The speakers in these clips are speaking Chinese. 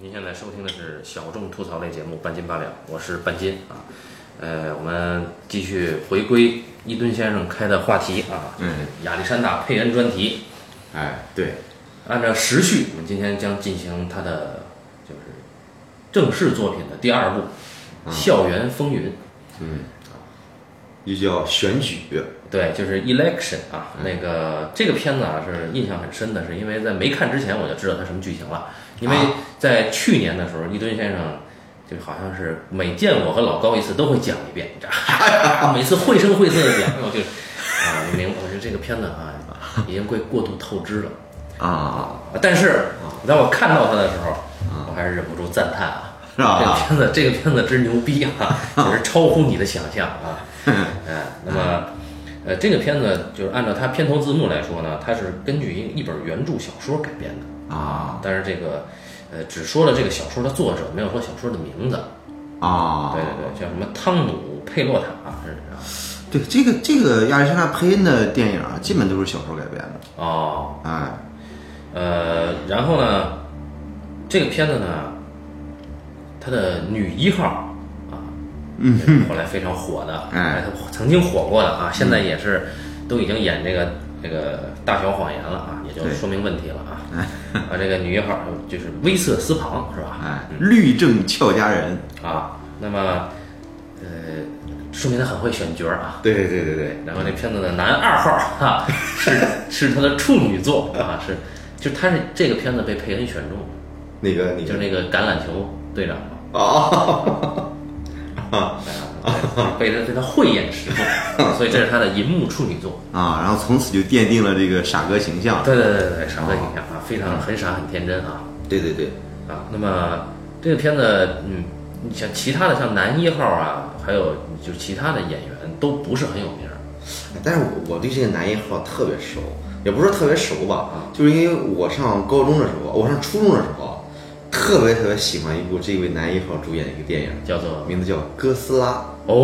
您现在收听的是小众吐槽类节目《半斤八两》，我是半斤啊。呃，我们继续回归伊顿先生开的话题啊，嗯，亚历山大·佩恩专题。哎，对，按照时序，我们今天将进行他的就是正式作品的第二部《校园风云》。又叫选举，对，就是 election 啊，那个这个片子啊是印象很深的，是因为在没看之前我就知道它什么剧情了，因为啊在去年的时候，伊顿先生就好像是每见我和老高一次都会讲一遍，这 每次绘声绘色的讲，我就啊明，我说这个片子啊已经会过度透支了，啊，但是当我看到它的时候，我还是忍不住赞叹啊，是吧这个片子这个片子真牛逼 啊，就是超乎你的想象啊。哎，那么，呃，这个片子就是按照它片头字幕来说呢，它是根据一一本原著小说改编的，啊但是这个，呃，只说了这个小说的作者，没有说小说的名字。啊对，对对，叫什么汤姆·佩洛塔是啊。对，这个这个亚历山大·佩恩的电影啊，基本都是小说改编的，哦，哎，呃，然后呢，这个片子呢，它的女一号啊，嗯，后来非常火的，哎，嗯她曾经火过的啊，现在也是都已经演这个这个《大小谎言》了啊，也就对说明问题了啊。啊，这个女一号就是威瑟斯庞是吧？哎，律政俏佳人，啊，那么呃，说明她很会选角啊。对对对对对，然后这片子的男二号哈、 啊、是是他的处女作啊，是就他是这个片子被佩恩选中了。那个那就是个，那个橄榄球队长嘛，哦， 啊被他被他慧眼识破，所以这是他的银幕处女作。啊，然后从此就奠定了这个傻哥形象，对对对对对，傻哥形象啊，非常很傻很天真啊对对对，啊。那么这个片子，嗯，你像其他的像男一号啊，还有就是其他的演员都不是很有名儿。但是我我对这个男一号特别熟，也不是特别熟吧，就是因为我上高中的时候，我上初中的时候，特别特别喜欢一部这位男一号主演的一个电影，叫做名字叫《哥斯拉哦》。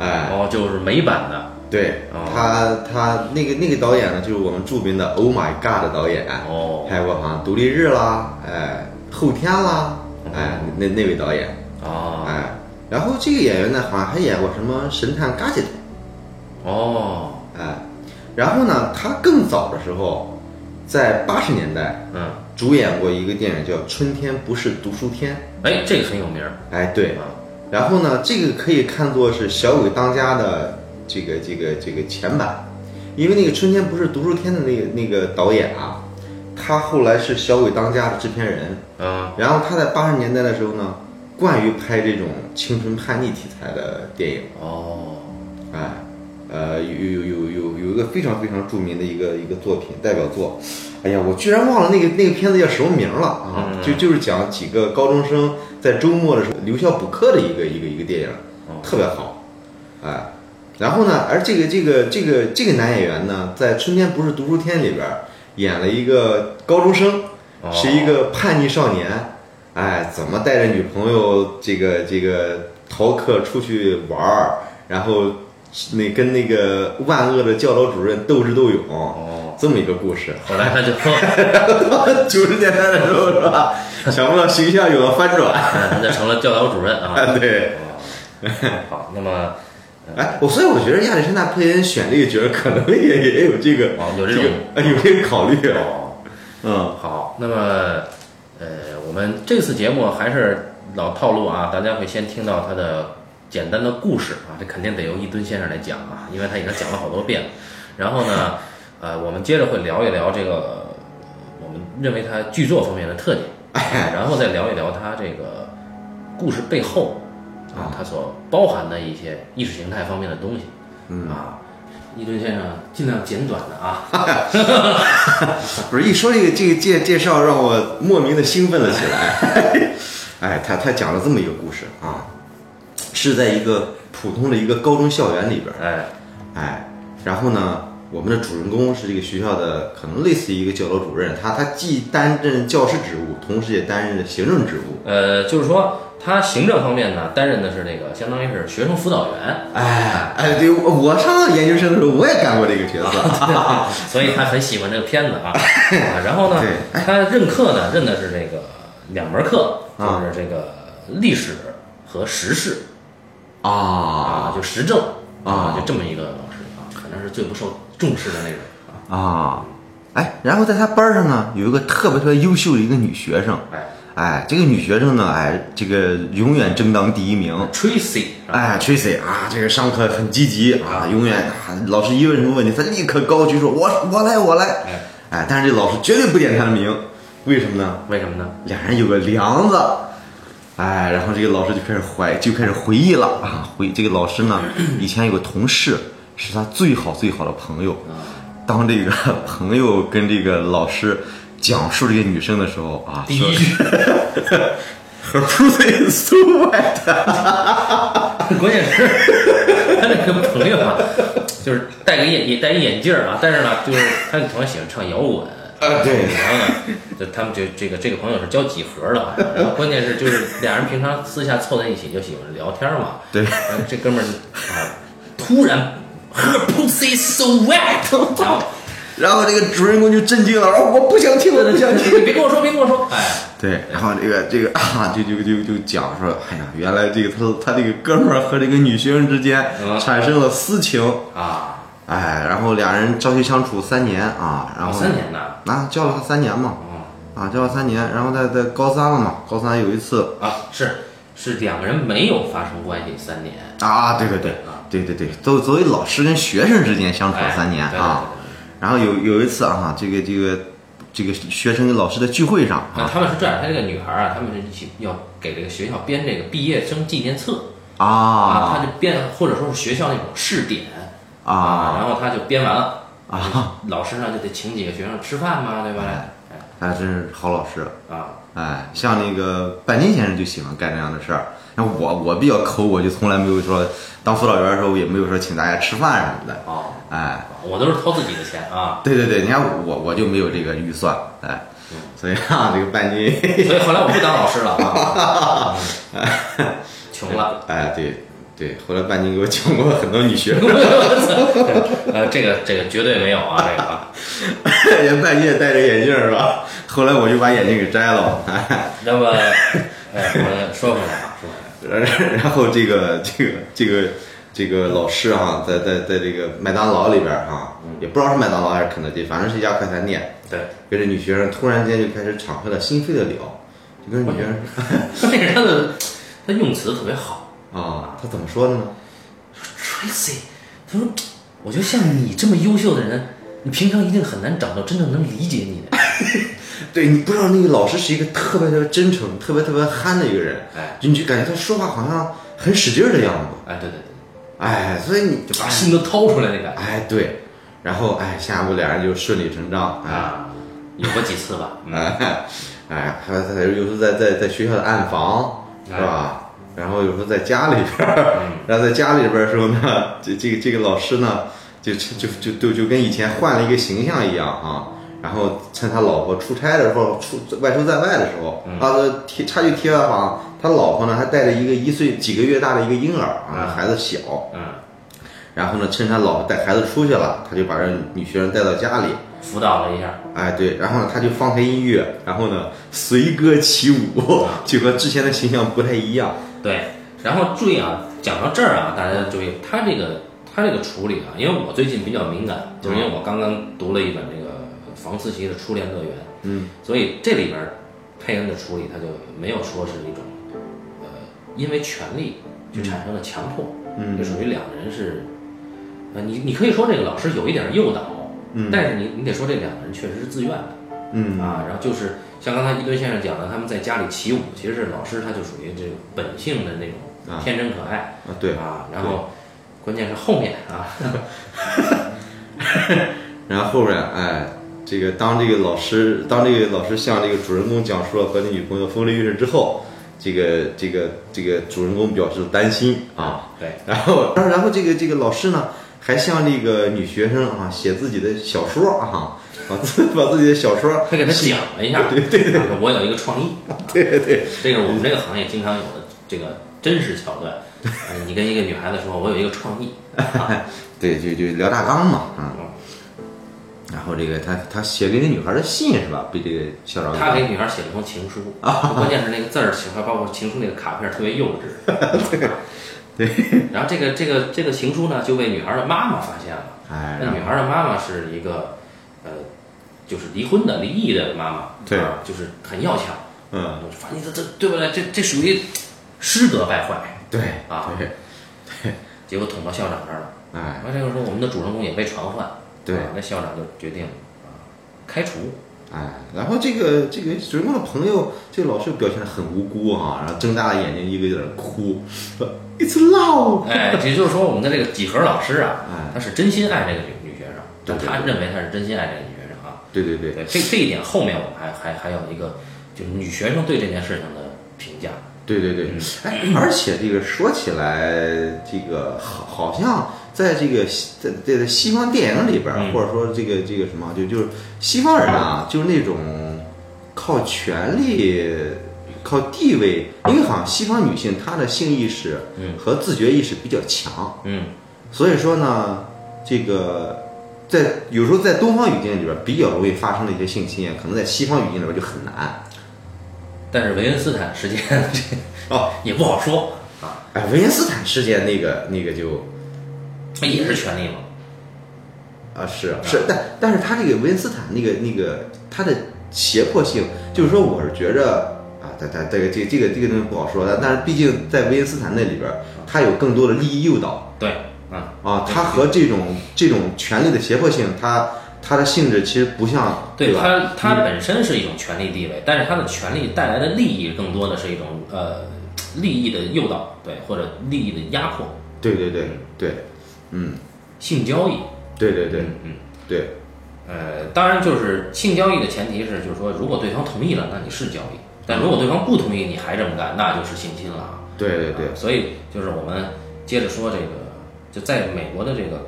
哎，哦，就是美版的对哦他他那个那个导演呢，就是我们著名的《Oh My God》的导演，哦拍过好像《独立日》啦，哎，《后天》啦，哎，那那位导演，啊哎，然后这个演员呢，好像还演过什么《神探伽姐》。哦哎，然后呢，他更早的时候，在八十年代嗯，主演过一个电影叫《春天不是读书天》。哎，这个很有名儿哎，对。啊然后呢，这个可以看作是小鬼当家的这个这个这个前版，因为那个《春天不是读书天》的那个那个导演啊，他后来是小鬼当家的制片人。嗯然后他在八十年代的时候呢，惯于拍这种青春叛逆题材的电影。哦哎，呃，有有有有有一个非常非常著名的一个一个作品代表作，哎呀，我居然忘了那个那个片子叫什么名了啊！就就是讲几个高中生在周末的时候留校补课的一个一个一个电影，特别好，哎。然后呢，而这个这个这个这个男演员呢，在《春天不是读书天》里边儿演了一个高中生，哦是一个叛逆少年，哎，怎么带着女朋友这个这个逃课出去玩儿，然后那跟那个万恶的教导主任斗智斗勇，哦，这么一个故事。后来他就 九十年代的时候是吧？想不到形象有了翻转。他就成了教导主任啊。啊， 对，好，那么哎，我所以我觉得亚历山大·佩恩选这个角儿，可能也也有这个哦有这种个哎有这个考虑。哦，嗯，好，那么呃，我们这次节目还是老套路啊，大家会先听到他的简单的故事啊，这肯定得由一吨先生来讲啊，因为他已经讲了好多遍了。然后 呢，呃，我们接着会聊一聊这个我们认为他剧作方面的特点，啊然后再聊一聊他这个故事背后啊，他所包含的一些意识形态方面的东西，嗯啊。一吨先生尽量简短的啊，不是一说这个这个介介绍，让我莫名的兴奋了起来。 哎，他他讲了这么一个故事啊，是在一个普通的一个高中校园里边儿，哎，哎，然后呢，我们的主人公是这个学校的，可能类似于一个教导主任，他他既担任教师职务，同时也担任行政职务。呃，就是说他行政方面呢，担任的是那个相当于是学生辅导员，哎哎，对我我上研究生的时候，我也干过这个角色。 所以他很喜欢这个片子啊。啊然后呢对，他任课呢，任的是这个两门课，就啊是这个历史和时事啊啊，就时政啊就这么一个老师啊，可能是最不受重视的那种啊。啊，哎，然后在他班上呢，有一个特别特别优秀的一个女学生，哎哎，这个女学生呢，哎，这个永远争当第一名。 ，Tracy，哎，Tracy 啊，这个上课很积极啊，永远啊，老师一问什么问题，她立刻高举手，我我来我来。哎，哎，但是这老师绝对不点她的名，为什么呢？为什么呢？俩人有个梁子，哎，然后这个老师就开始怀就开始回忆了啊，回这个老师 呢，以前有个同事是他最好最好的朋友，啊当这个 朋友跟这个老师讲述这个女生的时候啊，第一 句， ，Her pussy is so wet， 关键是他那个朋友啊，就是戴个眼也戴一眼镜儿啊，但是呢，就是他那朋友喜欢唱摇滚。啊对然后呢，就他们就这个这个朋友是交几何的，然后关键是就是俩人平常私下凑在一起就喜欢聊天嘛，对，然后这哥们儿啊，突然 her pussy is so wet，操！然后这个主人公就震惊了，哦，我不想听，我 不想听。呃你别跟我说，别跟我说，哎，对，然后这个这个啊，就就就就讲说，哎呀，原来这个他他这个哥们儿和这个女学生之间嗯产生了私情，啊，哎，然后俩人朝夕相处三年啊，然后哦三年呢，啊教了他三年嘛，嗯啊教了三年，然后在在高三了嘛，高三有一次啊，是是两个人没有发生关系三年，啊，对对对啊，对对对，作作为老师跟学生之间相处了三年哎对啊，对对对然后有有一次啊，这个这个这个学生跟老师的聚会上那啊他们是这样，他这个女孩啊，他们是一起要给这个学校编这个毕业生纪念册啊，啊他就编或者说是学校那种试点啊然后他就编完了，啊， 老师呢就得请几个学生吃饭嘛，对吧？他真是好老师。哎啊，哎，像那个半斤先生就喜欢干这样的事儿。然后我我比较抠，我就从来没有说当辅导员的时候也没有说请大家吃饭什么的。哦，哎，我都是掏自己的钱啊，对对对，你看我我就没有这个预算，哎，所以啊，这个半斤，所以后来我不当老师了啊，穷了。哎，对对，后来半斤给我讲过很多女学生， 呃，这个这个绝对没有啊，这个啊。半斤也戴着眼镜儿是吧？后来我就把眼镜给摘了，哎，那么，哎，我们说回来啊，说回来，然 后这个这个这个这个老师哈、在在在这个麦当劳里边儿哈、也不知道是麦当劳还是肯德基，反正是一家快餐店。对， 跟这女学生突然间就开始敞开了心扉的聊，就跟女学生那是他的，他用词特别好啊，她怎么说的呢？ ，Tracy，他说，我觉得像你这么优秀的人，你平常一定很难找到真正能理解你的。对你不知道那个老师是一个特别特别真诚、特别特别憨的一个人，哎，就你就感觉他说话好像很使劲儿的样子，哎，对对对，哎，所以你就把把心都掏出来那感觉哎对，然后哎下一步俩人就顺理成章，哎啊，有过几次吧，嗯 哎哎，还有他有时候在在在学校的暗房是哎嗯吧？然后有时候在家里边儿， 然后在家里边儿的时候呢，这这个这个老师呢，就就就就就跟以前换了一个形象一样啊。然后趁他老婆出差的时候，出外出在外的时候，嗯啊，这贴差距贴外房，他老婆呢还带着一个一岁几个月大的一个婴儿啊，啊孩子小，嗯，然后呢，趁他老婆带孩子出去了，他就把这女学生带到家里，辅导了一下，哎，对，然后呢，他就放开音乐，然后呢，随歌起舞， 就和之前的形象不太一样。对，然后注意啊，讲到这儿啊，大家注意，他这个他这个处理啊，因为我最近比较敏感，就是因为我刚刚读了一本这个房思琪的《初恋乐园》，嗯，所以这里边儿佩恩的处理，他就没有说是一种呃，因为权力就产生了强迫，嗯就属于两个人是，呃，你你可以说这个老师有一点诱导，嗯但是你你得说这两个人确实是自愿的，嗯啊，然后就是像刚才一吨先生讲的，他们在家里起舞，其实是老师他就属于这个本性的那啊种天真可爱，啊，对。啊，然后关键是后面啊，然后后面，哎，这个当这个老师，当这个老师向这个主人公讲述了和那女朋友分离一事之后，这个这个这个主人公表示了担心啊。对，然后，然后然后这个这个老师呢，还向这个女学生啊写自己的小说啊，把自 把自己的小说他给他讲了一 下，对对对，我有一个创意，啊对对这个我们这个行业经常有的这个真实桥段，呃你跟一个女孩子说，我有一个创意，啊哦对，就就聊大纲嘛啊。然后这个他他写给那女孩的信是吧？被这个校长他给女孩写了封情书，啊关键是那个字儿，还包括情书那个卡片儿特别幼稚。 啊对，然后这个这个这个情书呢，就被女孩的妈妈发现了。哎，那然后女孩的妈妈是一个，呃，就是离婚的、离异的妈妈，对啊，就是很要强。嗯，反正这这对不对？这这属于师德败坏。对啊对，结果捅到校长这儿了。哎，完这个时候，我们的主人公也被传唤。对啊那校长就决定啊，开除。哎，然后这个这个主人公的朋友，这个老师表现的很无辜哈、然后睁大了眼睛，一个有点哭，说 It's love，哎，也就是说，我们的这个几何老师啊，哎，他是真心爱这个女女学生，对但对他对认为他是真心爱这个女学生啊。对对对对，这这一点后面我们还还还有一个，就是女学生对这件事情的评价。对对对嗯，哎，而且这个说起来，这个好好像在这个西在在在西方电影里边儿，嗯或者说这个这个什么，就就是西方人啊，就是那种靠权力、靠地位，因为好像西方女性她的性意识嗯和自觉意识比较强，嗯，所以说呢，这个。在有时候在东方语境里边儿比较容易发生的一些性侵啊，可能在西方语境里边儿就很难。但是维根斯坦事件 这哦，也不好说啊，哎，维因斯坦事件那个那个就那也是权力嘛。啊，是啊是，但但是他这个维因斯坦那个那个他的胁迫性，就是说，我是觉着啊，他他这个这个这个这个东西不好说，但但是毕竟在维因斯坦那里边儿，他有更多的利益诱导对，啊，啊，他和这种这种权力的胁迫性，他他的性质其实不像对吧？它它本身是一种权力地位，但是它的权力带来的利益更多的是一种呃利益的诱导，对，或者利益的压迫，对对对对，嗯，性交易。对对对嗯嗯。对，呃，当然就是性交易的前提是，就是说如果对方同意了，那你是交易；但如果对方不同意，你还这么干，那就是性侵了啊。对对对啊，所以就是我们接着说这个，就在美国的这个，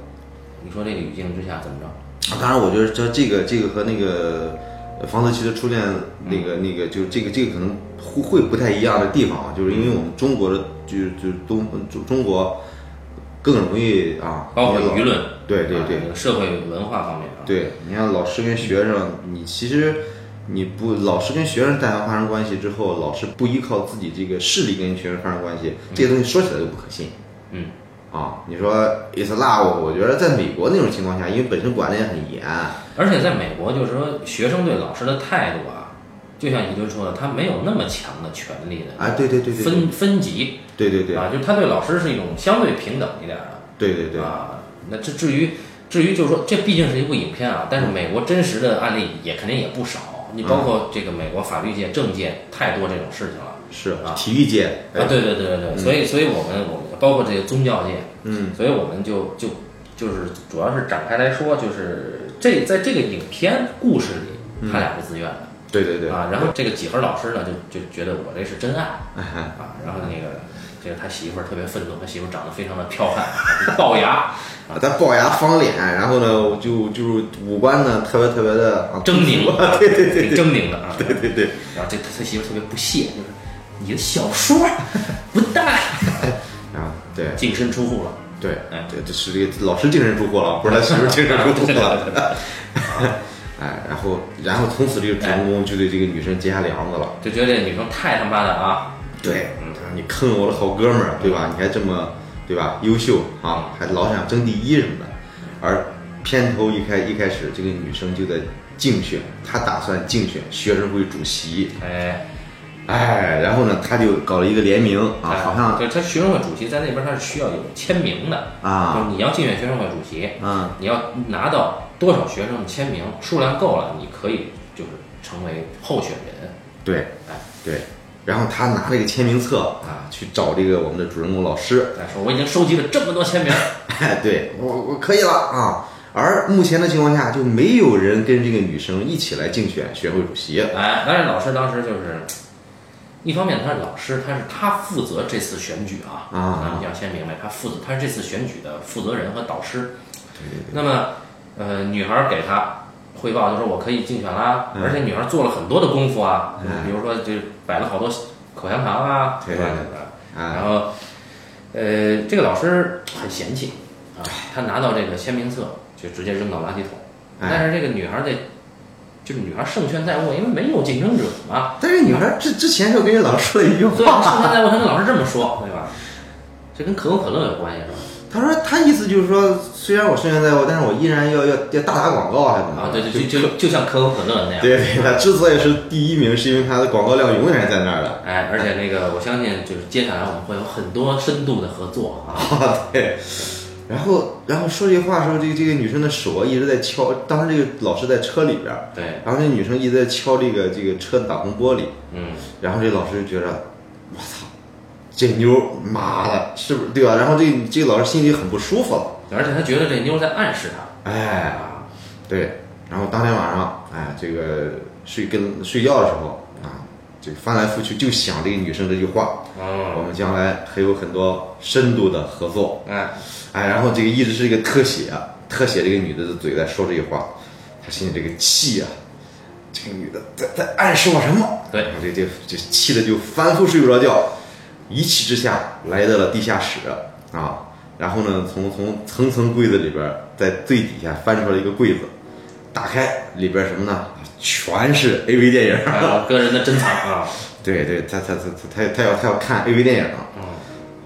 你说这个语境之下怎么着？啊，当然，我觉得这这个这个和那个呃房思琪的初恋那个、嗯那个，就是这个这个可能会会不太一样的地方啊，就是因为我嗯们中国的就是就是东中中国更容易啊，包括你老舆论，对对啊对这个社会文化方面啊，对，你看老师跟学生，你其实你不老师跟学生但凡发生关系之后，老师不依靠自己这个势力跟学生发生关系，这些东西说起来就不可信。嗯，啊，你说 it's love，我觉得在美国那种情况下，因为本身管的也很严，而且在美国，就是说学生对老师的态度啊，就像一吨说的，他没有那么强的权利的啊，对对对对，分分级对对对啊，就是他对老师是一种相对平等一点的。对对对，啊，那这至于至于就是说，这毕竟是一部影片啊，但嗯是美国真实的案例也肯定也不少。你包括这个美国法律界、政界太多这种事情了是哎啊体育界，啊！对对对对对，所以所以我们我们包括这个宗教界，嗯，所以我们就就就是主要是展开来说，就是这在这个影片故事里，他俩是自愿的、对嗯对对啊。然后这个几何老师呢，就就觉得我这是真爱，哎啊，然后那个这个他媳妇儿特别愤怒，他媳妇儿长得非常的彪悍， 龅牙，他啊龅牙方脸，然后呢，就就是五官呢特别特别的 啊狰狞，对对对挺狰狞的啊。对对对，然后这他他媳妇儿特别不屑，就是你的小说儿不带，啊对净身出户 了。对哎，这这是这个老师净身出户了，不是他媳妇儿净身出 户对 了，哎，然后然后从此这个哎主人公就对这个女生结下梁子了，就觉得这女生太他妈的啊，对，你坑我的好哥们儿，对吧？你还这么对吧优秀啊，还老想争第一什么的，而片头一开一开始，这个女生就在竞选，她打算竞选学生会主席。哎，哎，然后呢，他就搞了一个联名啊，哎好像对，他学生会主席在那边他是需要有签名的啊就是你要竞选学生会主席，嗯，你要拿到多少学生的签名，数量够了，你可以就是成为候选人。对哎，对，然后他拿了一个签名册啊，去找这个我们的主人公老师，哎，说我已经收集了这么多签名，哎，对我我可以了啊。而目前的情况下，就没有人跟这个女生一起来竞选学会主席。哎，但是老师当时就是，一方面他是老师，他是他负责这次选举啊，啊咱们要先明白，他负责他是这次选举的负责人和导师。那么，呃，女孩给他汇报就说我可以竞选啦，嗯而且女孩做了很多的功夫啊，比如说就摆了好多口香糖啊，对吧对？啊，然后，呃，这个老师很嫌弃啊，他拿到这个签名册就直接扔到垃圾桶，但是这个女孩在，就是女孩胜券在握，因为没有竞争者嘛。但是女孩之之前就跟人老师说了一句 所以胜话，券在握，她跟老师这么说，对吧？这跟可口可乐有关系是吧？她说她意思就是说，虽然我胜券在握，但是我依然要要要大打广告还是怎么着啊，对对，就就就像可口可乐那样。对对，他之所以是第一名，是因为他的广告量永远是在那儿的。哎，而且那个，我相信就是接下来我们会有很多深度的合作啊。啊， 对。然后，然后说这话的时候，这个这个女生的手啊一直在敲。当时这个老师在车里边儿，对，然后这女生一直在敲这个这个车挡风玻璃。嗯，然后这老师就觉着，我操，这妞儿妈的，是不是对吧？然后这这个老师心里很不舒服了。而且他觉得这妞在暗示他。哎，啊，对。然后当天晚上，哎，这个睡跟睡觉的时候啊，就翻来覆去就想这个女生这句话。我嗯，们将来还有很多深度的合作。哎，哎，然后这个一直是一个特写啊，特写这个女的的嘴在说这句话，她心里这个气啊，这个女的在在暗示我什么？对然后这这这气的就翻覆睡不着觉，一气之下来到了地下室啊，然后呢，从从层层柜子里边，在最底下翻出来一个柜子，打开里边什么呢？全是 AV 电影。啊个人的珍藏啊，对对，他他他他他他要他要看 AV 电影。嗯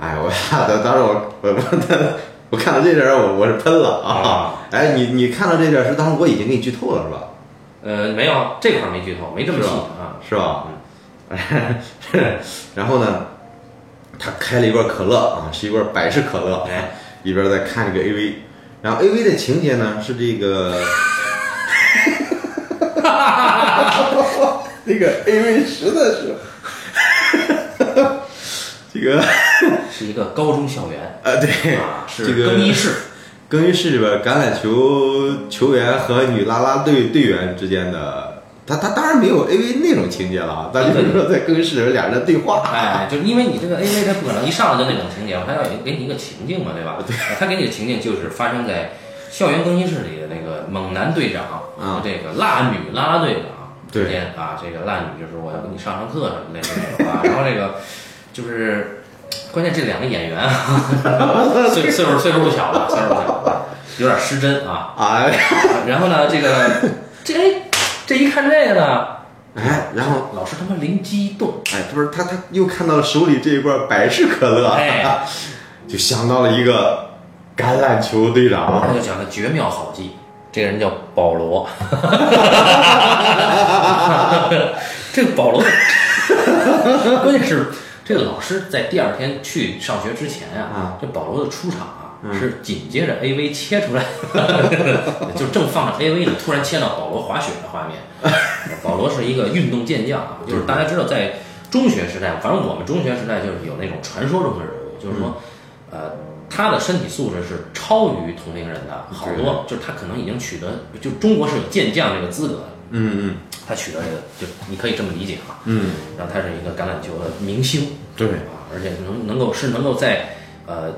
哎，我当当时我我我我看到这点儿我我是喷了啊！哎，你你看到这点儿是当时我已经给你剧透了是吧？呃，没有这块儿没剧透，没这么细是吧啊。是吧？ 然后呢，他开了一罐可乐啊，是一罐百事可乐，哎，里边儿在看这个 AV，然后 AV 的情节呢是这 个，这个 AV 实在是， 这个是一个高中校园啊对啊，，这是个更衣室，更衣室里边橄榄球球员和女啦啦队队员之间的，他他当然没有 AV 那种情节了啊，咱就是说在更衣室里边俩人的对 话。啊哎，就是因为你这个 AV 它不可能一上来就那种情节，它要有给你一个情境嘛，对吧？对，它给你的情境就是发生在校园更衣室里的那个猛男队长和啊这个辣女啦啦队长对之间啊，这个辣女就是我要跟你上上课什么类似的啊，然后这个就是关键这两个演员啊， 岁岁数岁数不小了，岁数不小了，有点失真啊。哎然后呢，这个这哎这一看这个呢，哎，然后老师他妈灵机一动，哎，他不是他他又看到了手里这一罐百事可乐，啊哎就想到了一个橄榄球队他长。就讲了绝妙好计。这个人叫保罗， 这个保罗，呃关键是这个老师在第二天去上学之前啊，这保罗的出场啊、是紧接着 AV 切出来的， 就正放着 AV 呢，突然切到保罗滑雪的画面。保罗是一个运动健将啊，就是大家知道在中学时代，反正我们中学时代就是有那种传说中的人物，就是说，呃，他的身体素质是超于同龄人的，好多就是他可能已经取得，就中国是有健将这个资格的，嗯嗯他取得这个，就你可以这么理解啊。嗯，然后他是一个橄榄球的明星对啊，而且能能够是能够在呃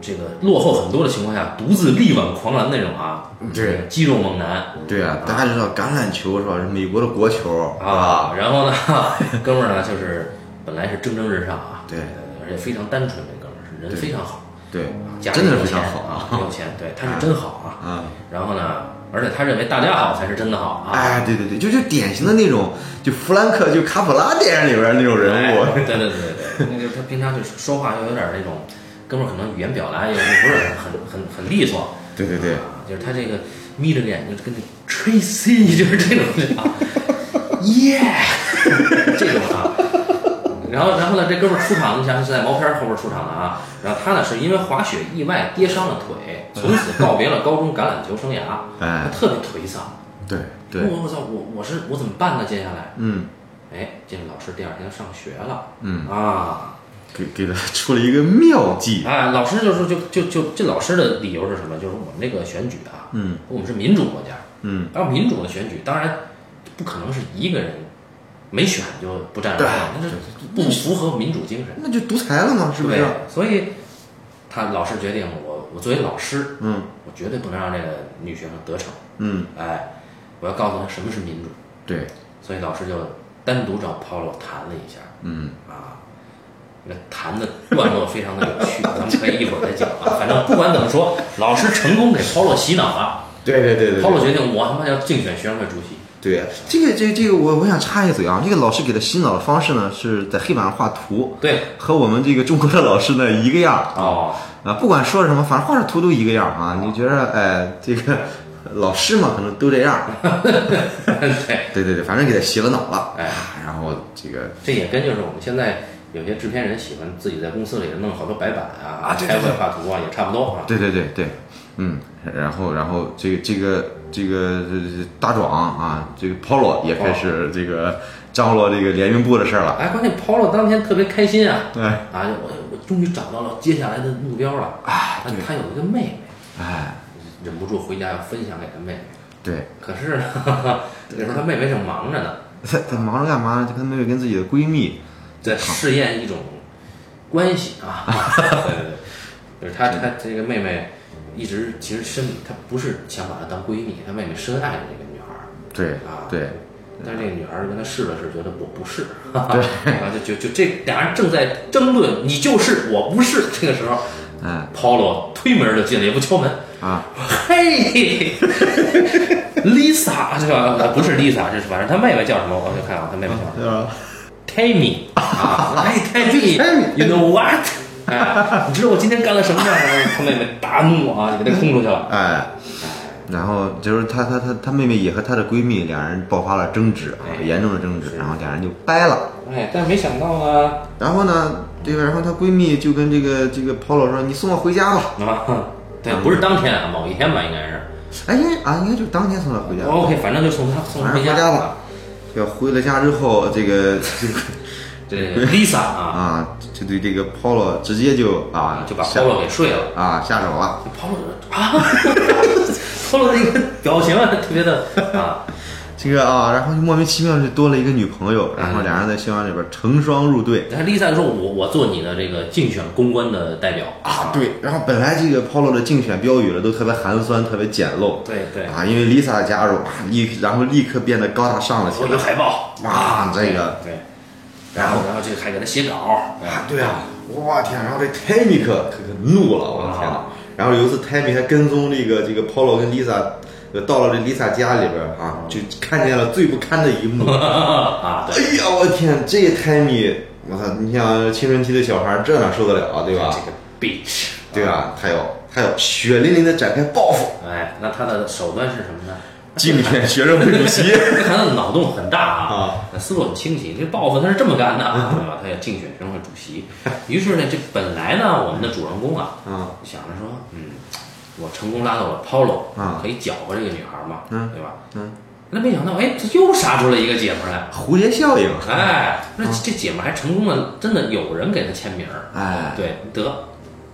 这个落后很多的情况下，独自力挽狂澜那种啊，嗯对，肌肉猛男对啊，大家知道橄榄球是吧？是美国的国球啊。然后呢， 哥们儿呢就是本来是蒸蒸日上啊，对呃，而且非常单纯，这哥们儿是人非常好，对嗯啊，家里真的有是非常钱好 啊很有钱，对，他是真好啊。啊！然后呢，而且他认为大家好才是真的好啊。哎，对对对，就就典型的那种，就弗兰克就卡普拉电影里边那种人物。对哎对对 对，那个他平常就是说话又有点那种，哥们儿可能语言表达又又不是很很很很利索，对对对，啊就是他这个眯着个眼睛就跟那 Tracy 就是这种啊，Yeah 这种啊。然后，然后呢？这哥们儿出场，你想是在毛片儿后边儿出场的啊。然后他呢是因为滑雪意外跌伤了腿，从此告别了高中橄榄球生涯。他哎，特别颓丧。对对，我我操，我我是我怎么办呢？接下来，嗯哎，这老师第二天上学了嗯，啊，给给他出了一个妙计。哎，老师就说，就就就这老师的理由是什么？就是我们这个选举啊，嗯我们是民主国家，嗯，然后民主的选举当然不可能是一个人没选就不占上对了，那是不符合民主精神，那就独裁了嘛，是不是对？？所以他老师决定我，我作为老师，嗯我绝对不能让这个女学生得逞，嗯，哎，我要告诉她什么是民主。对，所以老师就单独找 Paulo 谈了一下嗯啊，那个谈的段落非常的有趣，咱们可以一会儿再讲啊。反正不管怎么说，老师成功给 Paulo 洗脑了，对对对对抛对了决定，我他妈要竞选学生会主席。对，这个这个、这个我我想插一嘴啊，这个老师给他洗脑的方式呢是在黑板上画图，对，和我们这个中国的老师呢一个样儿哦，啊，不管说什么，反正画的图都一个样儿啊，你觉得哎这个老师嘛，可能都这样儿， 对，对对对，反正给他洗了脑了，啊哎，然后这个这也跟就是我们现在有些制片人喜欢自己在公司里弄好多白板啊，啊对对开会画图啊，也差不多啊。对对对对，嗯，然后然后这个这个这个这这大壮啊，这个 Polo 也开始这个张罗这个联运部的事儿了，哎，关键 Polo 当天特别开心啊，对，啊，我我终于找到了接下来的目标了。哎他对他有一个妹妹，哎忍不住回家要分享给他妹妹。对，可是呢，那时候他妹妹正忙着呢，他他忙着干嘛呢？就跟妹妹跟自己的闺蜜在试验一种关系啊。对对对，就是他他这个妹妹一直其实深，他不是想把她当闺蜜，他妹妹深爱着这个女孩儿对啊。对，但是这个女孩儿跟他试了试，觉得我不是， 然后就就就这俩人正在争论，你就是我不是。这个时候哎，Polo 推门就进来，也不敲门，啊嘿，Lisa 是吧？啊不是 Lisa，就是反正他妹妹叫什么，我就看啊，他妹妹叫什么啊 Tammy 啊，哎 Tammy， ，Tammy，you know what？哎，你 知道我今天干了什么吗？他妹妹大怒啊，就给他轰出去了。哎。然后就是她她她她妹妹也和她的闺蜜俩人爆发了争执啊，哎严重的争执，是然后俩人就掰了。 哎，但没想到啊然后呢，这个然后她闺蜜就跟这个这个 Polo 说：“你送我回家吧。”啊，对，不是当天啊，某一天吧，应该是。哎，应该啊，应该就当天送他回家。 OK，反正就送他哦送他晚上回家家吧。要回了家之后，这个 这个这 Lisa 啊，啊，就对这个 Polo 直接就啊就把下 Polo 给睡了。啊下手了。 Polo 啊 ，Polo 的一个表情啊，特别的啊，这个啊，然后就莫名其妙就多了一个女朋友，然嗯后俩人在校园里边成双入对。然后 Lisa 说：“我我做你的这个竞选公关的代表啊，对，然后本来这个 Polo 的竞选标语呢都特别寒酸，特别简陋。对对啊，因为 Lisa 的加入，啊立然后立刻变得高大上了起我有来。海报哇这个对，然后然哎后这个还给他写稿，啊，对啊，我天！然后这 Tammy 可可可怒了，我的天呐。然后有一次 Tammy 还跟踪这个这个 Polo 跟 Lisa，呃到了这 Lisa 家里边儿啊，就看见了最不堪的一幕。 啊，哎呀，我天！这个 Tammy，我操！你想青春期的小孩儿这哪受得了啊，对吧？这个 Beach，对吧？他要他要血淋淋的展开报复，哎，那他的手段是什么呢？竞选学生会主 席。他的脑洞很大啊，思路很清晰。这报复他是这么干的，对吧？他要竞选学生会主席。于是呢，这本来呢，我们的主人公啊，啊，想着说，嗯，我成功拉到了 Polo，啊可以搅和这个女孩嘛，嗯对吧？嗯，那没想到，哎，这又杀出了一个姐们儿来。蝴蝶效应。哎，那嗯这姐们儿还成功的，真的有人给她签名儿，哎，对，得，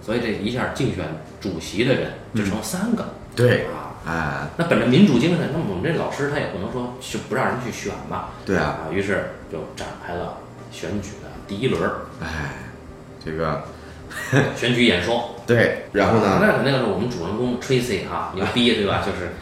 所以这一下竞选主席的人嗯就成了三个对，啊。哎，那本着民主精神，那我们这老师他也不能说是不让人去选吧？对啊啊，于是就展开了选举的第一轮儿这个选举演说。对，然后呢？那肯定是我们主人公 Tracy 啊，牛逼对吧？就是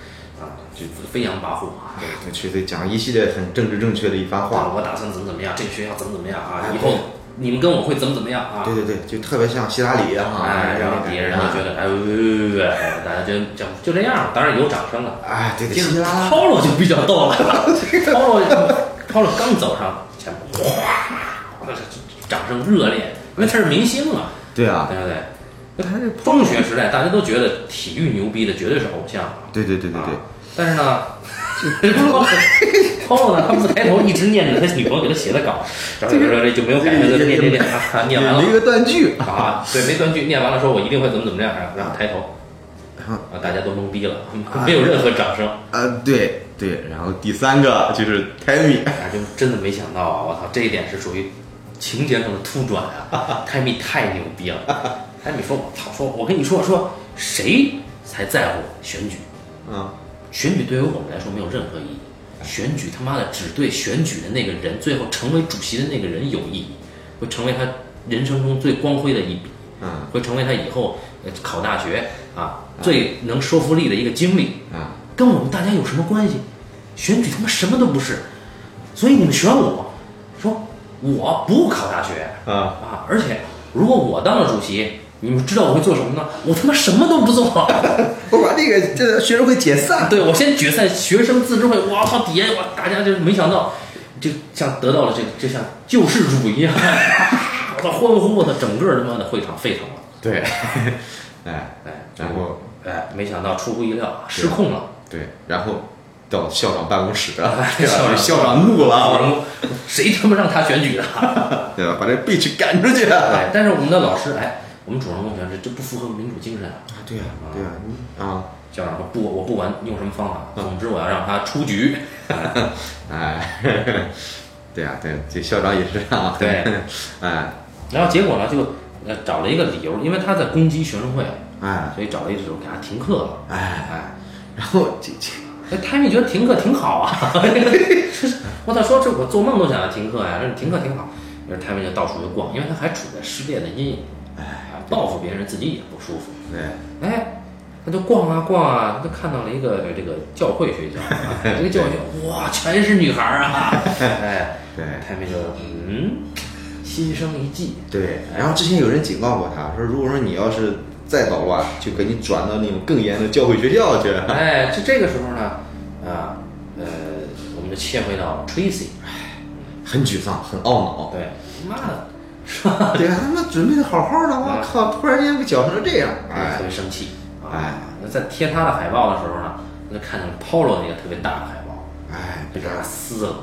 啊，就飞扬跋扈啊。对，去对讲一系列很政治正确的一番话。哇，我打算怎么怎么样，这个学校怎么怎么样啊？以后你们跟我会怎么怎么样啊？哎对对对，就特别像希拉里哈，哎，然后那个底下人就觉得哎，哎大家就就就这样，当然有掌声了。哎，对对，接希着拉 Polo 就比较逗了，Polo Polo 刚走上前，哗，掌声热烈，因为他是明星啊，对对啊，不对？他这中学时代大家都觉得体育牛逼的绝对是偶像，对对对对对啊，但是 呢。Polo 呢，他不抬头一直念着他女朋友给他写的稿，然后就说这就没有改，他就念念念啊，念完有一了个断句，啊，对，没断句，念完了说我一定会怎么怎么样，然后抬头然后啊，大家都懵逼了，没有任何掌声。啊呃，对对，然后第三个就是 Tammy，哎，就真的没想到啊！我操，这一点是属于情节上的突转啊！泰米太牛逼了！泰米说：“我操，说我跟你说说，谁才在乎选举？啊，选举对于我们来说没有任何意义。选举他妈的只对选举的那个人，最后成为主席的那个人有意义，会成为他人生中最光辉的一笔，嗯会成为他以后呃考大学啊最能说服力的一个经历。啊，呃跟我们大家有什么关系？选举他妈什么都不是，所以你们选我，说我不考大学啊啊，而且如果我当了主席，你们知道我会做什么呢？我他妈什么都不做。我把这个这个学生会解散。对我先决赛学生自治会，我靠，底下我大家就没想到，就像得到了这就像救世主一样， 我操，欢呼我操，整个他妈的会场沸腾了。对， 哎，哎，然后哎，没想到出乎意料啊，失控了。对，然后到校长办公室了，对啊校长校长怒了，然后啊谁他妈让他选举的？啊对吧？把这 bitch 赶出去。 哎，但是我们的老师，哎，我们主人公表示这不符合民主精神啊。对呀，对呀，你啊，校长说不，我不管用什么方法，总之我要让他出局。哎， 对呀，对，这校长也是啊，对， 哎，然后结果呢，就呃找了一个理由，因为他在攻击学生会，啊哎，所以找了一个理由给他停课了。哎，哎，然后这这，哎，他们觉得停课挺好啊。 我操，说这我做梦都想要停课呀、说你停课挺好。于是他们就到处就逛，因为他还处在失恋的阴影，哎，报复别人自己也不舒服。对，哎，他就逛啊逛啊，他就看到了一个这个教会学校，啊这个教会学校哇，全是女孩儿啊！哎，对他们就嗯，心生一计，对，然后之前有人警告过他说，如果说你要是再捣乱，就给你转到那种更严的教会学校去。哎，这这个时候呢，啊，呃，我们就切回到 Tracy，很沮丧，很 懊恼。对，妈的，对啊， 他妈准备的好好的，我嗯靠，突然间被搅成这样，哎特，别生气啊！哎那在贴他的海报的时候呢，我就看见了 Polo 那个特别大的海报，哎，被这他个，撕了，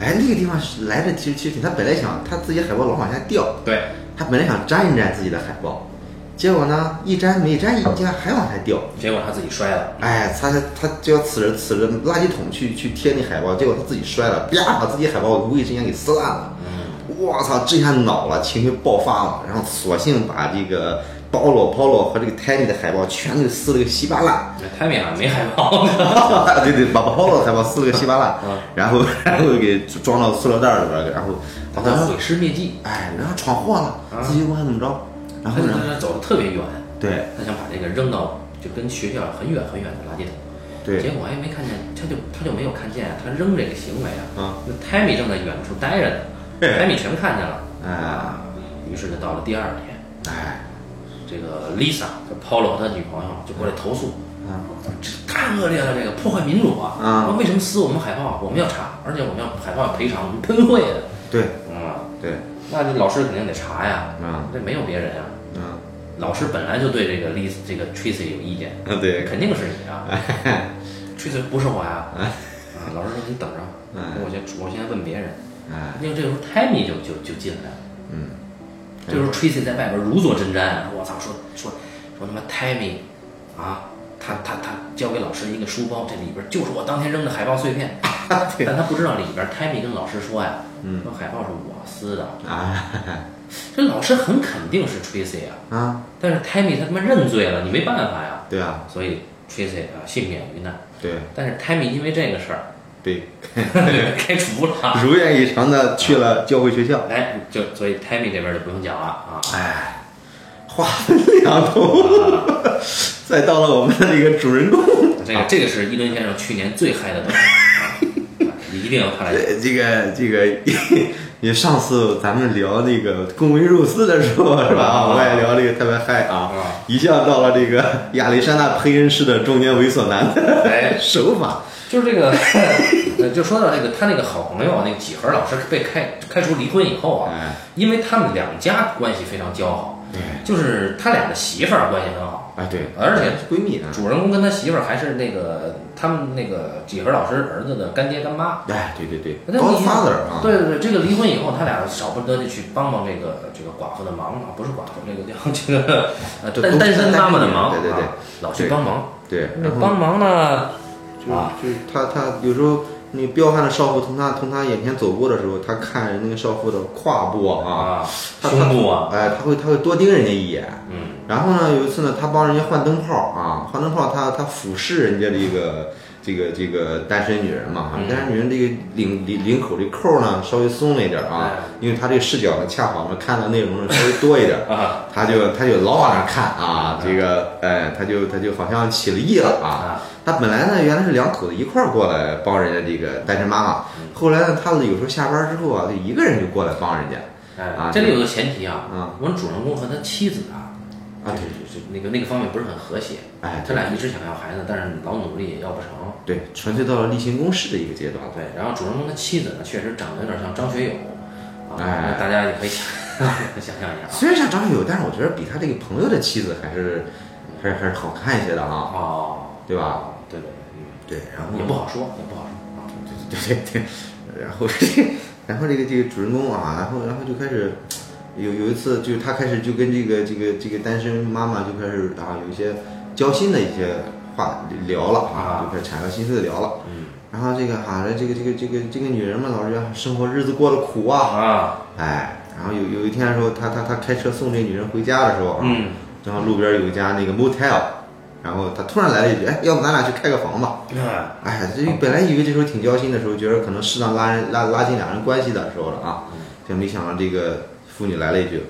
哎，那个地方是来的其实其实挺，他本来想他自己海报老往下掉，对，他本来想粘一粘自己的海报，结果呢，一粘没粘，一竟然还往下掉。结果他自己摔了，哎，他他他就要踩着踩着垃圾桶去去贴那海报，结果他自己摔了，啪，把自己海报无意之间给撕烂了。我操，这下恼了，情绪爆发了，然后索性把这个 Polo Polo 和这个 Tiny 的海报全给撕了个稀巴烂。 那太美了，没海报呢，对对，把 Polo 的海报撕了个稀巴烂嗯，然后然后给装到塑料袋里边儿，然后把他它毁尸灭迹，哎，然后闯祸了，自己管怎么着，然后他就呢在，那走的特别远，哎对他想把这个扔到就跟学校很远很远的垃圾桶。结对，果哎没看见，他就他就没有看见啊他扔这个行为啊。啊，那 Tammy 正在远处待着呢对，Tammy 全看见了。啊，于是就到了第二天，哎，这个 Lisa 就 Polo 他女朋友就过来投诉，啊，这太恶劣了，这个破坏民主啊！啊说为什么撕我们海报？我们要查，而且我们要海报要赔偿，我们喷绘的。对嗯，对，那这老师肯定得查呀，啊这没有别人啊。啊老师本来就对这个 Lisa 这个 Tracy 有意见，啊，对，肯定是你啊！去的不是我呀！啊，老师说你等着，哎我先我先问别人。哎，因为这个时候 Tammy 就就就进来了，嗯，这时候 Tracy 在外边如坐针毡啊，我操，说说说他妈 Tammy 啊，他他他交给老师一个书包，这里边就是我当天扔的海报碎片，但他不知道里边 Tammy 跟老师说呀，嗯说海报是我撕的，啊这老师很肯定是 Tracy 啊，啊，但是 Tammy 他他妈认罪了，你没办法呀，对啊，所以 Tracy 啊幸免于难。对，但是 Tammy 因为这个事儿被开除了，如愿以偿的去了教会学校，哎，就所以 Tammy 这边就不用讲了啊。哎，花分两 头，再到了我们的那个主人公，这个这个是伊伦先生去年最嗨的东西，啊你一定要看来。呃这个这个，你上次咱们聊那个公维肉丝的时候是吧？啊，我也聊这个特别嗨啊，啊一下到了这个亚历山大佩恩式的中年猥琐男的哎，手法， 就是这个，呃就说到这个他那个好朋友那个几何老师被开开除离婚以后啊，哎，因为他们两家关系非常交好，对，就是他俩的媳妇儿关系很好，啊对，而且闺蜜啊，主人公跟他媳妇儿还是那个他们那个几何老师儿子的干爹干妈。哎，对对对那你，Godfather 啊，对对对，这个离婚以后，他俩少不得就去帮帮这个这个寡妇的忙啊，不是寡妇，这个叫这个呃这单都单是身妈妈的单身女人忙，对对对啊，老去帮忙。对，那然后。帮忙呢？就是啊就是他他有时候那个彪悍的少妇从他从他眼前走过的时候，他看人那个少妇的胯部啊，啊，他胸部啊，哎，他会他会多盯人家一眼。嗯，然后呢，有一次呢，他帮人家换灯泡啊，换灯泡他他俯视人家这个这个这个单身女人嘛嗯，单身女人这个领领领口这扣呢稍微松了一点啊哎，因为他这个视角呢恰好呢看的内容呢稍微多一点，啊他就他就老往那儿看啊，这个哎，他就他就好像起了意了啊。啊，他本来呢，原来是两口子一块儿过来帮人家这个单身妈妈，后来呢，他有时候下班之后啊，就一个人就过来帮人家哎啊这里有个前提啊，啊我们主人公和他妻子啊，啊就是就是那个那个方面不是很和谐。哎，啊他俩一直想要孩子，但是老努力也要不成。对，纯粹到了例行公事的一个阶段了。对，然后主人公的妻子呢，确实长得有点像张学友，啊，哎大家也可以 想想象一下啊。虽然像张学友，但是我觉得比他这个朋友的妻子还是还是还是好看一些的 啊。哦，对吧？对对对，对，然后嗯也不好说，也不好说啊。对对对，对然后这个，然后这个这个主人公啊，然后然后就开始有有一次，就是他开始就跟这个这个这个单身妈妈就开始啊有一些交心的一些话聊了啊，就开始敞开心扉的聊了。嗯然后这个哈、这个这个这个这个女人嘛，老是觉得生活日子过得苦啊，啊，哎，然后有有一天的时候，他他他开车送这女人回家的时候啊，嗯，正好路边有一家那个 motel，然后他突然来了一句，哎，要不咱俩去开个房吧？哎哎，这本来以为这时候挺交心的时候，觉得可能适当拉人拉拉近两人关系的时候了啊，就没想到这个妇女来了一句：“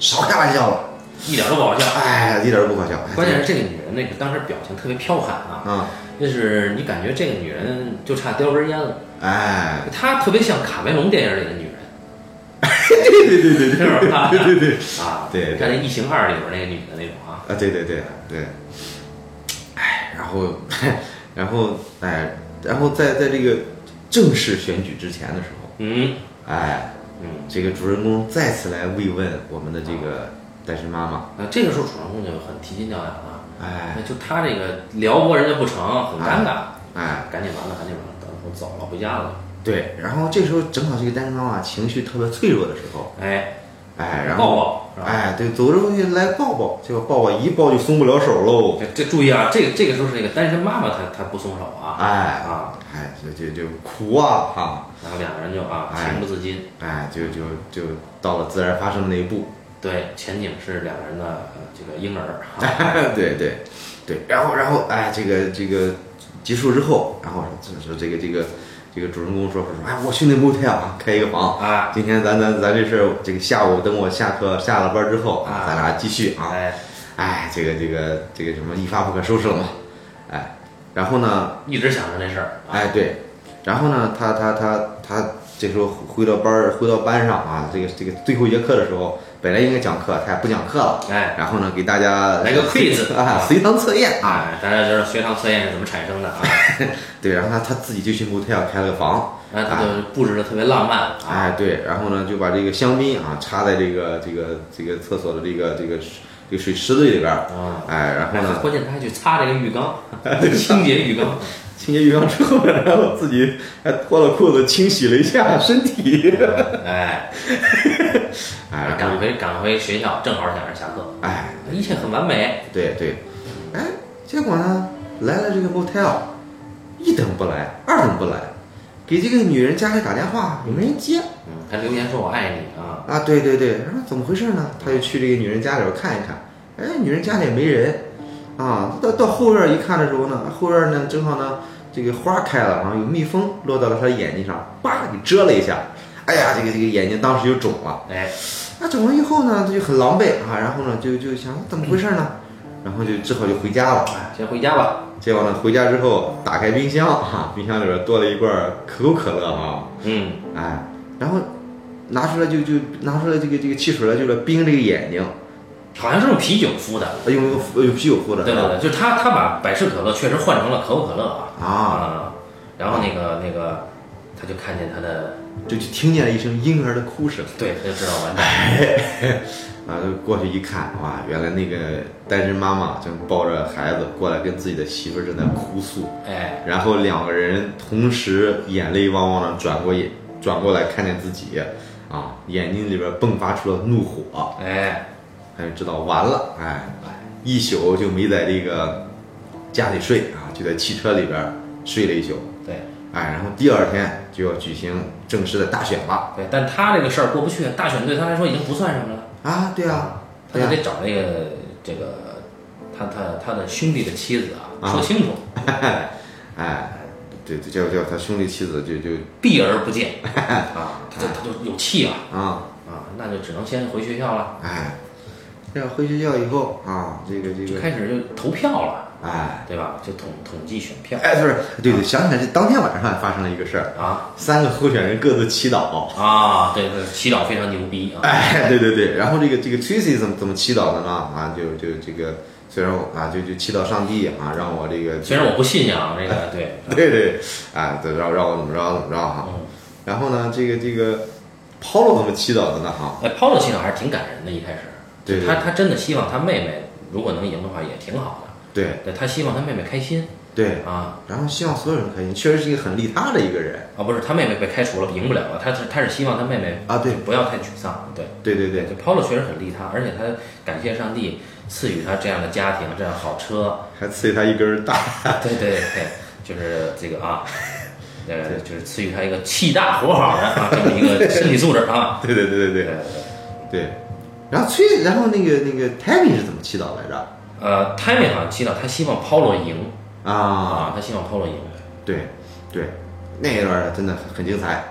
少开玩笑了。一点都不好”笑。哎，一点都不可笑。关键是这个女人那个当时表情特别彪悍啊，啊，就是你感觉这个女人就差叼根烟了，哎，她特别像卡梅隆电影里的女人， 对对对 对是吧？对对对，啊，对对看那《异形二》里边那个女的那种啊，啊，对对对对，哎，然后然后哎，然后在在这个正式选举之前的时候，嗯哎，嗯，这个主人公再次来慰问我们的这个单身妈妈，那这个时候主人公就很提心吊胆了，啊哎那就她这个撩拨人家不成，很尴尬，哎。赶紧完了，赶紧完了，等我走了，回家了，对，然后这时候正好这个单身妈妈情绪特别脆弱的时候，哎，哎，然抱后抱是吧？哎，对，走着过去来抱抱，结果抱抱一抱就松不了手喽，这这注意啊，这个这个时候是那个单身妈妈她她不松手啊哎啊，哎，就就就哭啊哈，然后两个人就啊哎情不自禁，哎，就就就到了自然发生的那一步，对，前景是两个人的呃这个婴儿，啊 对对对，然后然后哎，这个这个结束之后，然后说说这个这个这个主人公说说说，哎，我去那 motel 啊开一个房。 啊，今天咱咱咱这事儿，这个下午等我下课下了班之后啊啊，咱俩继续啊。哎，哎，这个这个这个什么一发不可收拾了嘛，哎，然后呢，一直想着这事儿，啊，哎对，然后呢，他他他他这时候回到班儿回到班上啊，这个这个最后一节课的时候，本来应该讲课，他也不讲课了，哎，然后呢，给大家来个 quiz 啊，随堂测验啊，哎，大家知道学堂测验是怎么产生的 啊？对，然后他他自己就去 motel 开了个房，那他就布置的特别浪漫啊，哎对，然后呢就把这个香槟啊插在这个这个这个厕所的这个这个这个水池子里边儿，啊，哎，然后呢关键他还去擦这个浴 缸，清洁浴 缸，清洁浴缸之后， 然后自己还脱了裤子清洗了一下身体，哎，哎，然赶后回赶回学校，正好赶上下课，哎，一切很完美，对对，哎，结果呢，来了这个 motel，一等不来，二等不来，给这个女人家里打电话也没人接嗯，还留言说我爱你啊，啊，对对对，然后怎么回事呢？他就去这个女人家里边看一看，哎，女人家里也没人，啊，到到后院一看的时候呢，后院呢正好呢这个花开了，然后有蜜蜂落到了他的眼睛上，叭给蛰了一下，哎呀，这个这个眼睛当时就肿了。哎，那整完以后呢，他就很狼狈啊，然后呢就就想怎么回事呢，然后就只好就回家了。哎先回家吧，结果呢，回家之后打开冰箱啊，冰箱里边多了一罐可口可乐啊，嗯，哎，然后拿出来就就拿出来这个这个汽水来，就是冰这个眼睛，好像是用啤酒敷的。哎用用用啤酒喝的，对对对，就是他他把百事可乐确实换成了可口可乐啊啊，然后那个那个，他就看见他的，就就听见了一声婴儿的哭声。对，他就知道完蛋，啊，就过去一看，哇，原来那个单身妈妈正抱着孩子过来跟自己的媳妇儿正在哭诉。哎，然后两个人同时眼泪汪汪的转过眼，转过来看见自己，啊，眼睛里边迸发出了怒火，哎，哎，知道完了，哎，一宿就没在这个家里睡啊，就在汽车里边睡了一宿，对哎，然后第二天就要举行正式的大选了，对，但他这个事儿过不去，大选对他来说已经不算什么了，啊，对啊，他对就啊，得找这个这个他他他的兄弟的妻子啊，啊说清楚，哎，对，对叫叫他兄弟妻子就就避而不 见啊，他就他就有气啊啊，啊，那就只能先回学校了，哎，这样回学校以后啊，这个这就个开始就投票了，哎对吧？就统统计选票哎，就是对对，想起来这当天晚上还发生了一个事儿，啊三个候选人各自祈祷。啊，对对，祈祷非常牛逼啊，哎，对对对，然后这个这个 Tracy 怎么怎么祈祷的呢？啊，就就这个，虽然我啊就就祈祷上帝啊，让我这个虽然我不信仰这哎个，对， 对对，哎，对，让让我怎么着怎么着哈、嗯然后呢，这个这个 Paulo 怎么祈祷的呢？哈、哎，Paulo 祈祷还是挺感人的，一开始，对对他他真的希望他妹妹如果能赢的话也挺好的，对对他希望他妹妹开心对，啊然后希望所有人开心，确实是一个很利他的一个人啊，不是他妹妹被开除了，赢不了了，他是他是希望他妹妹啊，对不要太沮丧，对，对对对，对，Paulo 确实很利他，而且他感谢上帝赐予他这样的家庭，这样好车， 还赐予他一根大，对对对，就是这个啊，呃，就是赐予他一个气大活好的啊，这么一个身体素质啊。对对对 对对对。然后崔，然后那个那个 Tammy 是怎么祈祷来着？呃 t i m y 好像提到他希望 Paulo 赢啊，啊，他希望 Paulo 赢。对对，那一段儿真的很很精彩，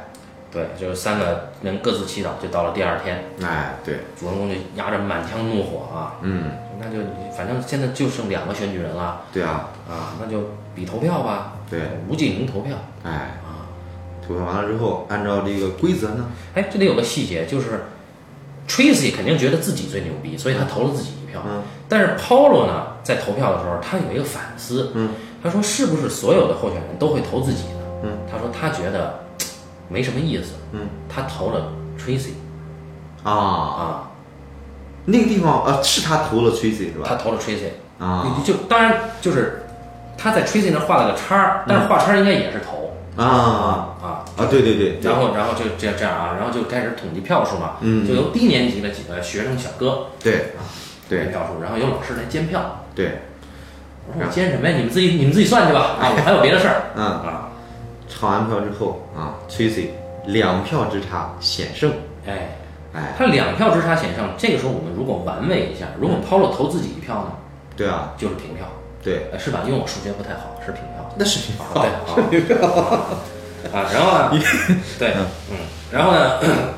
对，就是三个人各自祈祷，就到了第二天，哎，对，主人公就压着满腔怒火啊，嗯，那就反正现在就剩两个选举人了对啊，啊，那就比投票吧，对，无尽营投票哎，啊。投票完了之后，按照这个规则呢，哎，这里有个细节，就是 Tracy 肯定觉得自己最牛逼，所以他投了自己一票。嗯但是 Paulo 呢，在投票的时候，他有一个反思，嗯，他说是不是所有的候选人都会投自己呢？嗯，他说他觉得嘖没什么意思，嗯，他投了 Tracy 啊，啊，那个地方啊，是他投了 Tracy 是他吧？投了 Tracy，、啊就就当然就是他在 Tracy 那儿画了个叉儿，嗯但是画叉儿应该也是投、啊啊。啊，对对对，对然后，然后就这样这样啊，然后就开始统计票数嘛，嗯就由低年级的几个学生小哥对统计对票数，然后由老师来监票，对，我啊说我监什么呀？你们自己你们自己算去吧啊！我还有别的事 儿嗯，啊！唱完票之后啊，Tracy 两票之差险胜，哎，哎，他两票之差险胜。这个时候我们如果玩味一下，如果 Paulo 投自己一票呢，对啊，就是平票，对，哎，是吧？因为我数学不太好，是平票。那哦是啊，对啊啊，啊然后呢？ 对，嗯，然后呢？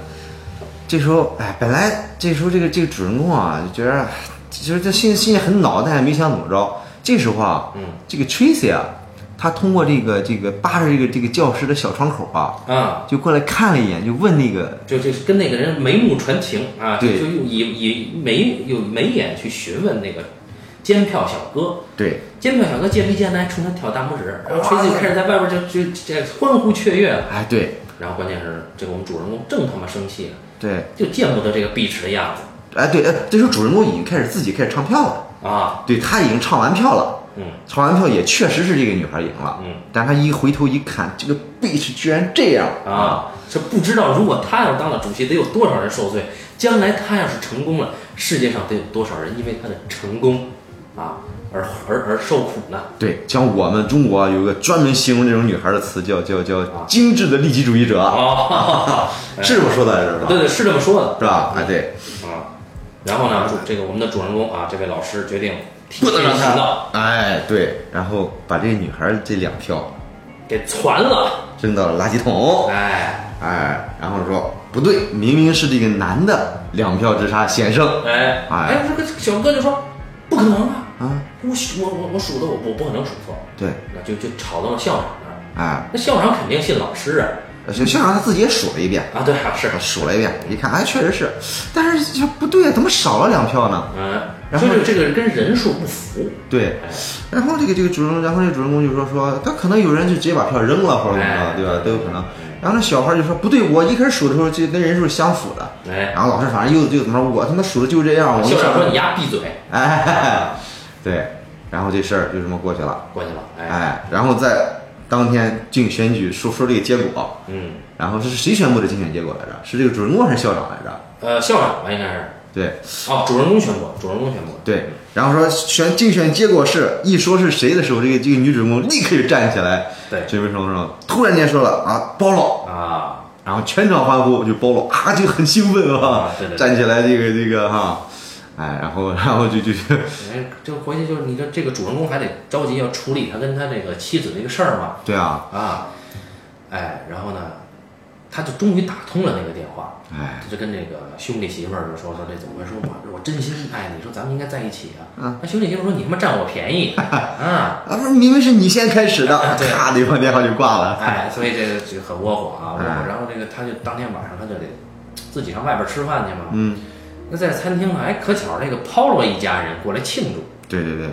这时候，哎，本来这时候这个这个主人公啊，就觉得，哎就是这心心里很恼，但也没想怎么着。这时候啊，嗯，这个 Tracy 啊，他通过这个这个扒着这个这个教室的小窗口啊，啊，就过来看了一眼，就问那个，就就跟那个人眉目传情啊，就对就用以以眉用眉眼去询问那个监票小哥，对监票小哥见利见来，冲他挑大拇指，然后锤子开始在外边就就这欢呼雀跃了。哎，对然后关键是这个我们主人公正他妈生气呢，对，就见不得这个碧池的样子哎对，哎，这时候主人公已经开始自己开始唱票了，啊，对他已经唱完票了，嗯唱完票也确实是这个女孩赢了，嗯但他一回头一看，这个 bitch 居然这样啊，这不知道如果他要当了主席，得有多少人受罪？将来他要是成功了，世界上得有多少人因为他的成功啊而而而受苦呢？对，像我们中国啊有个专门形容这种女孩的词，叫叫叫精致的利己主义者，啊，是这么说的来着是吧？对对，是这么说的是吧？哎，对，啊。然后呢，这个我们的主人公啊，这位老师决定提不能前让行道，她，哎，对，然后把这女孩这两票给传了，扔到了垃圾桶，哎。哎，然后说不对，明明是这个男的两票之差险胜，哎哎哎，这个小哥就说不可能啊，啊，我数我我我数的我我不可能数错，对，那就就吵到了校长那儿。哎，那校长肯定信老师啊，校校长他自己也数了一遍，啊对啊是，数了一遍，一看，哎，确实是，但是这不对，怎么少了两票呢？嗯，然然后后这个这个跟人数不符，对，哎然后这个这个主人公，然后这个主人公就说说，他可能有人就直接把票扔了或者怎么着，哎嗯对吧？都有可能。然后那小孩就说不对，我一开始数的时候就跟人数相符的。哎，然后老师反正又又怎么着，我他妈数的就这样，我校想长说你丫闭嘴，哎， 对，然后这事儿就这么过去了，过去了，哎，哎，然后在当天竞选举说说这个结果，嗯，然后是谁宣布的竞选结果来着？是这个主人公还是校长来着？呃，校长吧应该是，对，哦，主人公宣布，主人公宣布，对，然后说选竞选结果是一说是谁的时候，这个这个女主人公立刻就站起来，对准备什么什么，突然间说了啊，包了，啊，然后全场欢呼，就包了啊，就很兴奋啊啊，对对对站起来这个这个哈、哎，然后然后就就就哎，这回去就是你这这个主人公还得着急要处理他跟他这个妻子这个事儿嘛，对啊，啊，哎，然后呢，他就终于打通了那个电话，哎，他就跟这个兄弟媳妇儿就说说这怎么回事？我我真心爱你，说咱们应该在一起啊嗯。那兄弟媳妇儿说你他妈占我便 宜啊！啊，不是，明明是你先开始的，啊对 咔，对方电话就挂了。哎，所以这个这个很窝火啊，窝火。嗯然后这个他就当天晚上他就得自己上外边吃饭去嘛。嗯，那在餐厅呢，哎，可巧这个 Polo 一家人过来庆祝，对对对，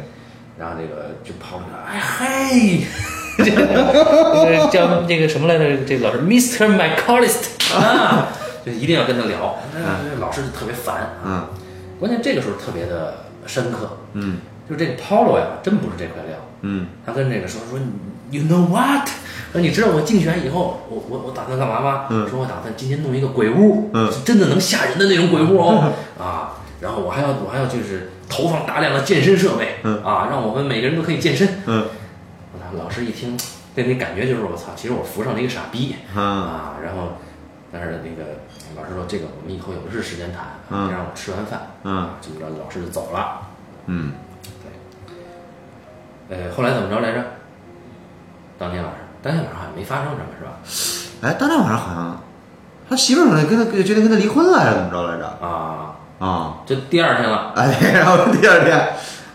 然后这个就 Polo 说哎嘿。 这个叫这个什么来着？这老师 Mr. McCallist 啊，就一定要跟他聊。那个老师就特别烦啊，嗯关键这个时候特别的深刻，嗯就是这个 Polo 呀，真不是这块料。嗯他跟这个说说，You know what？说你知道我竞选以后，我我我打算干嘛吗？嗯说我打算今天弄一个鬼屋，嗯是真的能吓人的那种鬼屋哦啊！然后我还要我还要就是投放大量的健身设备，嗯啊，让我们每个人都可以健身。嗯我操老师一听，那那感觉就是我操，其实我扶上了一个傻逼啊啊！然后，但是那个老师说这个我们以后有的是时间谈，嗯先让我吃完饭，嗯怎啊么着？老师就走了。嗯，呃，后来怎么着来着？当天晚上，当天晚上好像没发生什么，是吧？哎，当天晚上好像他媳妇儿好像跟他决定跟他离婚了，还是怎么着来着？啊，啊。就第二天了哎，然后第二天，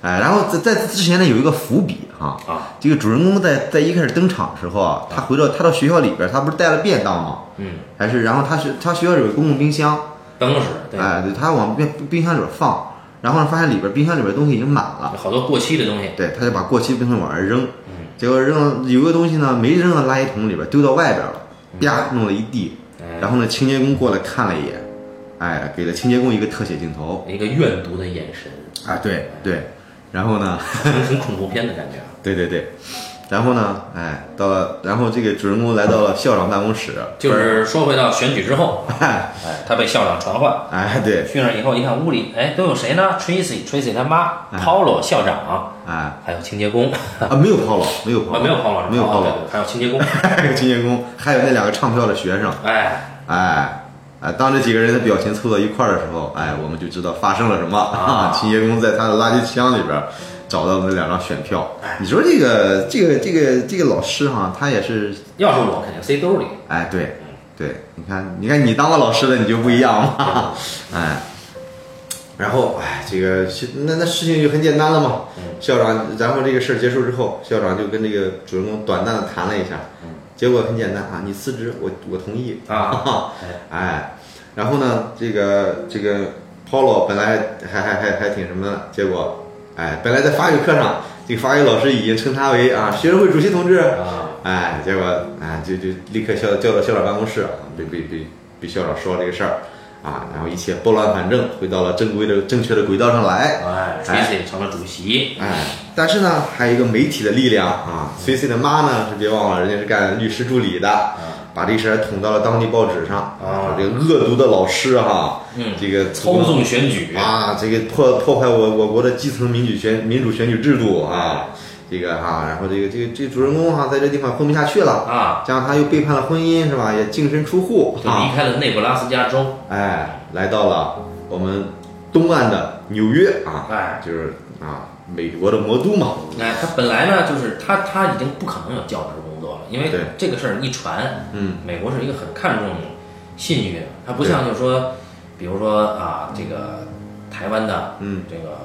哎，然后在在之前呢有一个伏笔哈、啊，这个主人公在在一开始登场的时候啊，他回到他到学校里边，他不是带了便当吗？嗯，还是然后他学他学校有公共冰箱，办公室对，哎，对，他往冰冰箱里边放，然后呢发现里边冰箱里边东西已经满了，有好多过期的东西，对，他就把过期的冰箱往外扔，嗯结果扔了有个东西呢没扔到垃圾桶里边，丢到外边了，啪弄了一地，嗯哎然后呢清洁工过来看了一眼，哎，给了清洁工一个特写镜头，一个怨毒的眼神， 啊，对对，然后呢。很很恐怖片的感觉啊。对对对，然后呢，哎，到了，然后这个主人公来到了校长办公室，就是说回到选举之后， 哎，哎，他被校长传唤。哎，对，去那儿以后一看，屋里哎都有谁呢？Tracy，Tracy 他妈哎，Polo 校长，哎，还有清洁工，啊，没有 Polo，没有 Polo，、啊没有 Polo，没有啊 Polo，对对还有清洁工，还有清洁工，还有那两个唱票的学生，哎哎，哎，当这几个人的表情凑到一块儿的时候，哎，我们就知道发生了什么啊清洁工在他的垃圾箱里边儿找到了那两张选票，哎你说这个这个这个这个老师哈、他也是，要是我肯定塞兜里。哎，对对，你看你看你当了老师的你就不一样了。哎，然后哎，这个其那那事情就很简单了嘛。嗯校长，然后这个事儿结束之后，校长就跟这个主人公短暂的谈了一下嗯，结果很简单啊，你辞职，我我同意。啊，哎 哎，然后呢，这个这个 Polo 本来还还还还挺什么的，结果哎，本来在法语课上，这个法语老师已经称他为啊学生会主席同志，啊。哎，结果哎，就就立刻校叫到校长办公室啊，被被被被校长说了这个事儿啊，然后一切拨乱反正，回到了正规的正确的轨道上来。哎，Tracy 成了主席，哎，但是呢，还有一个媒体的力量啊，Cici 的妈呢是别忘了，人家是干律师助理的，把这事儿捅到了当地报纸上啊这个恶毒的老师哈、嗯这个操纵选举，啊，这个破破坏我我国的基层民主选民主选举制度啊，这个哈、然后这个这个这个主人公哈、在这地方混不下去了啊，加上他又背叛了婚姻是吧，也净身出户就离啊，开了内布拉斯加州，哎，来到了我们东岸的纽约啊，哎就是啊美国的魔都嘛，哎，他本来呢，就是他他已经不可能有教职工作了，因为对这个事儿一传，嗯，美国是一个很看重信誉的，他不像就是说，比如说啊，这个台湾的，嗯，这个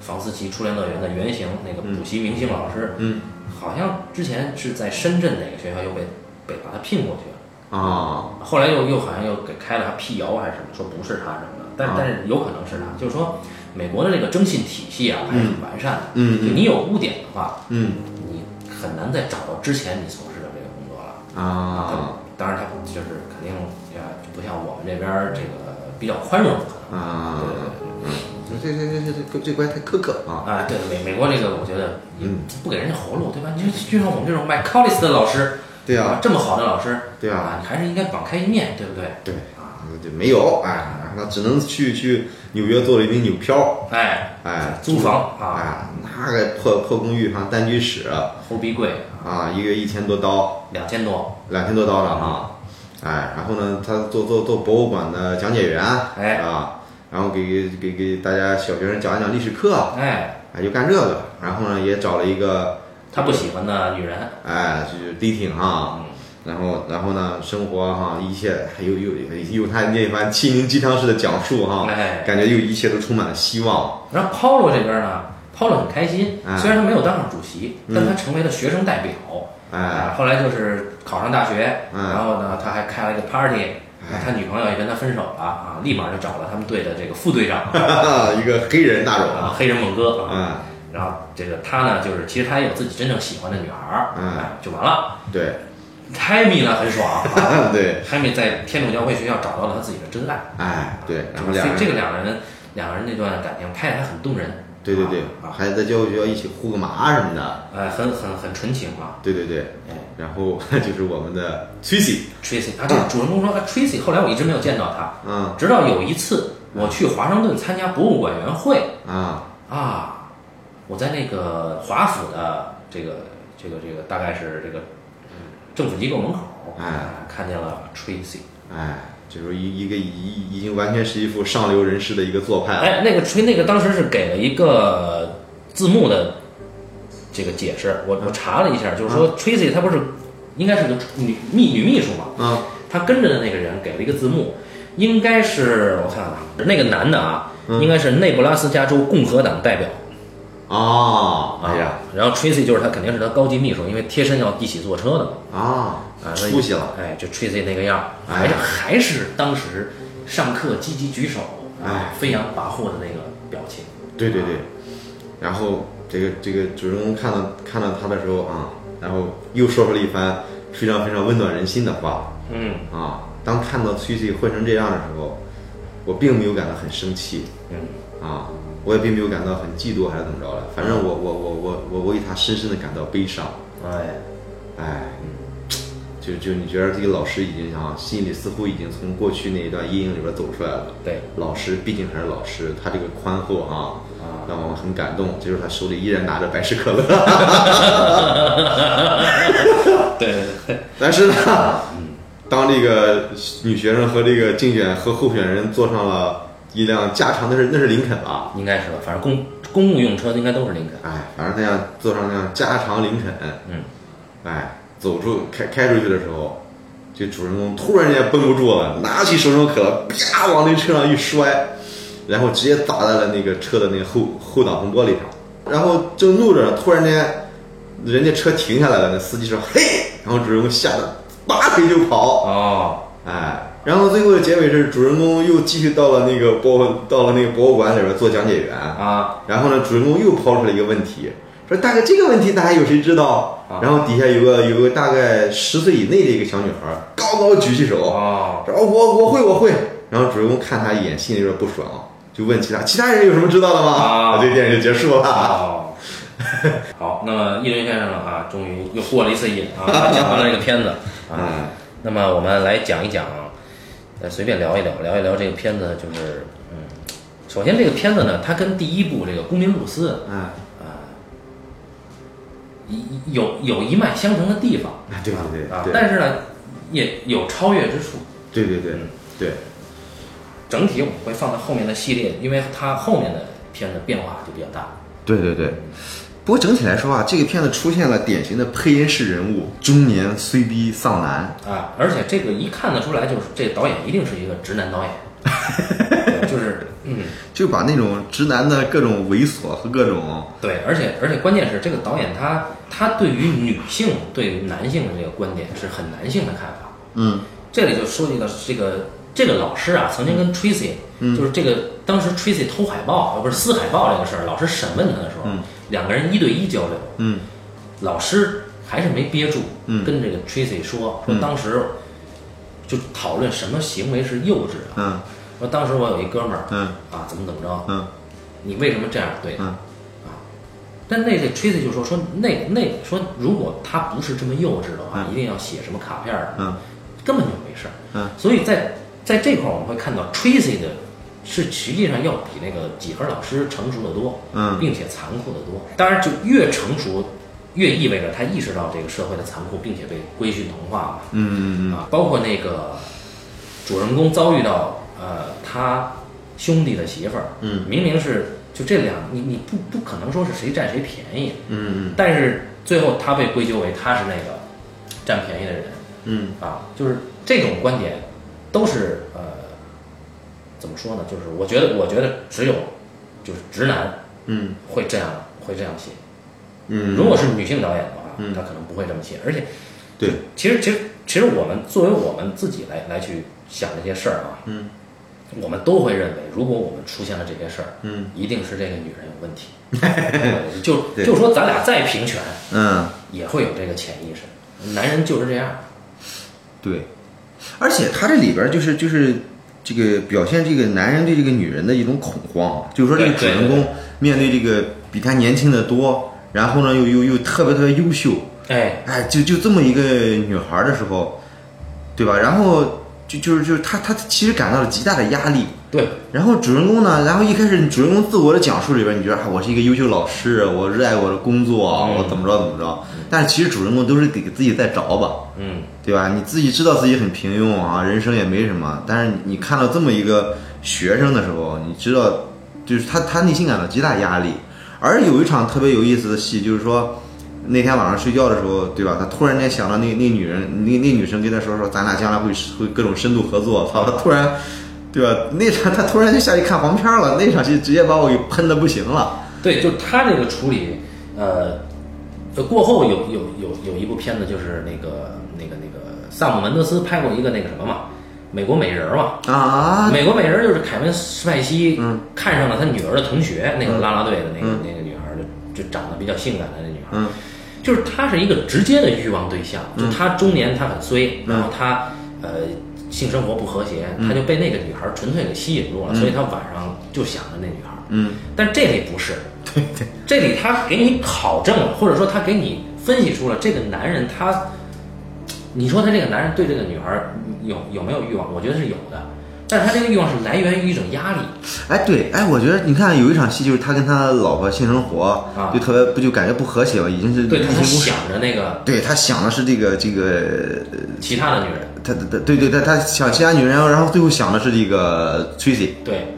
房思琪《初恋乐园》的原型那个补习明星老师，嗯好像之前是在深圳哪个学校又被被把他聘过去了。啊后来又又好像又给开了他辟谣还是什么，说不是他什么的，但啊但是有可能是他，就是说美国的这个征信体系啊还是很完善的，嗯就你有污点的话，嗯你很难再找到之前你从事的这个工作了。啊当然他就是肯定呃不像我们这边儿这个比较宽容，可能啊对对对，这这这这这这关太苛刻啊，啊对美美国这个我觉得也嗯不给人家活路对吧？你就就像我们这种卖 college 的老师，对啊，这么好的老师，对啊啊，你还是应该网开一面对不对？对啊，就没有哎，然后他只能去去纽约做了一名纽漂，哎哎，租房啊。啊，那个破破公寓哈，单居室后壁柜啊，一个月一千多刀，两千多，两千多刀了哈。哎，然后呢，他做做做博物馆的讲解员，哎啊，然后给给给大家小学生讲一讲历史课，啊，哎，就干这个。然后呢，也找了一个他不喜欢的女人，哎，就是 dating 哈，嗯，然后，然后呢，生活哈、一切还有有有他那番心灵鸡汤式的讲述哈、哎，感觉又一切都充满了希望。然后 Paulo 这边呢，Paulo 很开心，哎虽然他没有当上主席，嗯但他成为了学生代表。哎， 啊，后来就是考上大学，嗯哎然后呢，他还开了一个 party，啊他女朋友也跟他分手了啊，立马就找了他们队的这个副队长一个黑人 大佬，啊，黑人猛哥啊。嗯，然后这个他呢，就是其实他也有自己真正喜欢的女孩儿，嗯哎，就完了。对， Tammy 呢很爽 对， ，Tammy 在天主教会学校找到了他自己的真爱，哎，对，然后所俩以这人，个两个人两个人那段感情拍的还很动人，对对对啊，啊还在教会学校一起互个麻什么的，哎，很很很纯情啊。对对对，哎然后 就是我们的 Tracy， Tracy，啊，这个主人公说、啊、Tracy，后来我一直没有见到他，嗯直到有一次我去华盛顿参加博物馆园会啊啊，我在那个华府的这个这个这个大概是这个嗯政府机构门口，哎啊看见了 Tracy，哎，这时候一一个已已经完全是一副上流人士的一个做派了，哎，那个 Tr 那个当时是给了一个字幕的这个解释，嗯我我查了一下，就是说 Tracy 她不是应该是个女秘女秘书嘛，嗯他跟着的那个人给了一个字幕，应该是我看看啊，那个男的啊，嗯应该是内布拉斯加州共和党代表。啊哦，哎呀，，然后 Tracy 就是他，肯定是他高级秘书，因为贴身要一起坐车的嘛。啊啊，，所以出息了，。哎，就 Tracy 那个样儿，哎还是还是当时上课积极举手，哎，飞扬跋扈的那个表情。对对对，然后这个这个主人公看到看到他的时候啊，然后又说出了一番非常非常温暖人心的话嗯啊。当看到崔崔混成这样的时候，我并没有感到很生气嗯，啊，我也并没有感到很嫉妒还是怎么着了，反正我我我我我我为他深深的感到悲伤。哎，哎，就就你觉得这个老师已经啊，心里似乎已经从过去那一段阴影里边走出来了。对，老师毕竟还是老师，他这个宽厚啊，啊让我们很感动。就是他手里依然拿着百事可乐， 对对对，但是呢，当这个女学生和这个竞选和候选人坐上了一辆加长的是那是林肯啊，应该是吧，反正公公务用车应该都是林肯。哎，反正那样坐上那辆加长林肯，嗯，哎，走出开开出去的时候，这主人公突然间绷不住了，拿起手中可乐，啪往那车上一摔，然后直接砸在了那个车的那个后后挡风玻璃上。然后正怒着呢，突然间人家车停下来了，那司机说：“嘿！”然后主人公吓得拔腿就跑，哦，哎。然后最后的结尾是主人公又继续到了那个博到了那个博物馆里边做讲解员，啊，然后呢，主人公又抛出了一个问题，说大概这个问题大家有谁知道啊？然后底下有个有个大概十岁以内的一个小女孩，高高举起手，哦，说哦我我会我会。然后主人公看她一眼，心里有点不爽，就问其他其他人有什么知道的吗？啊这个电影就结束了。哦， 好，那么伊顿先生啊，终于又过了一次瘾 啊，讲完了这个片子啊。嗯那么我们来讲一讲，呃，随便聊一聊，聊一聊这个片子，就是嗯，首先这个片子呢，它跟第一部这个《公民鲁斯嗯，》一有有一脉相承的地方哎对对对啊，对但是呢，也有超越之处。对对对对，整体我们会放在后面的系列，因为它后面的片子变化就比较大。对对对。不过整体来说啊，这个片子出现了典型的配音式人物，中年虽逼丧男。啊，而且这个一看得出来，就是这导演一定是一个直男导演，对就是嗯，就把那种直男的各种猥琐和各种对，而且而且关键是这个导演他他对于女性对于男性的这个观点是很男性的看法，嗯这里就说及到这个这个老师啊，曾经跟 Tracy，、就是这个当时 Tracy 偷海报，呃不是撕海报这个事儿，老师审问他的时候，两个人一对一交流，嗯老师还是没憋住，嗯跟这个 Tracy 说说当时就讨论什么行为是幼稚的。嗯说当时我有一哥们儿嗯啊，怎么怎么着，嗯你为什么这样对他？嗯啊，但那个 Tracy 就说说那那说如果他不是这么幼稚的话，一定要写什么卡片儿，嗯根本就没事儿。嗯，所以在在这块儿我们会看到 Tracy 的是实际上要比那个几何老师成熟的多，嗯并且残酷的多。当然，就越成熟。越意味着他意识到这个社会的残酷，并且被规训同化嘛。嗯嗯啊，包括那个主人公遭遇到呃他兄弟的媳妇儿，嗯，明明是就这两，你你不不可能说是谁占谁便宜，嗯嗯但是最后他被归咎为他是那个占便宜的人，嗯啊，就是这种观点都是呃，怎么说呢？就是我觉得，我觉得只有就是直男嗯会这样会这样写。嗯，如果是女性导演的话，嗯她可能不会这么写。而且，对，其实其实其实我们作为我们自己来来去想这些事儿啊，嗯我们都会认为，如果我们出现了这些事儿，嗯一定是这个女人有问 题。呃就对就说咱俩再平权，嗯，也会有这个潜意识。男人就是这样，对，而且他这里边儿就是就是这个表现这个男人对这个女人的一种恐慌，就是说这个对主对人公面对这个比他年轻的多，然后呢又又又特别特别优秀，哎，哎，就就这么一个女孩儿的时候，对吧？然后就就是就是他他其实感到了极大的压力。对，然后主人公呢？然后一开始主人公自我的讲述里边，你觉得啊，我是一个优秀老师，我热爱我的工作，嗯我怎么着怎么着。但是其实主人公都是给自己在找吧，嗯，对吧？你自己知道自己很平庸啊，人生也没什么，但是你看到这么一个学生的时候，你知道，就是他他内心感到极大压力。而有一场特别有意思的戏，就是说那天晚上睡觉的时候，对吧？他突然间想到那那女人，那那女生跟他说说，咱俩将来会会各种深度合作。操，他突然，对吧？那场他突然就下去看黄片了，那场戏直接把我给喷的不行了。对，就他这个处理，呃，呃过后有有有有一部片子就是那个那个那个萨姆门德斯拍过一个那个什么嘛，美国美人儿嘛。啊，美国美人儿就是凯文史派西嗯看上了他女儿的同学，那个啦啦队的那个嗯那个女孩儿，就就长得比较性感的那女孩儿，嗯就是她是一个直接的欲望对象，就她中年她很衰，嗯然后她呃性生活不和谐，她就被那个女孩儿纯粹给吸引住了，所以她晚上就想着那女孩儿。嗯，但这里不 是，对对，这里他给你考证了，或者说他给你分析出了这个男人他，你说他这个男人对这个女孩儿有有没有欲望？我觉得是有的，但是他这个欲望是来源于一种压力，哎，对，哎，我觉得你看有一场戏，就是他跟他老婆性生活啊就特别不就感觉不和谐了，已经是对内他心不适想着那个对他想的是这个这个，其他的女人，他他对对他他想其他女人，然后然后最后想的是这个 Tracy，对，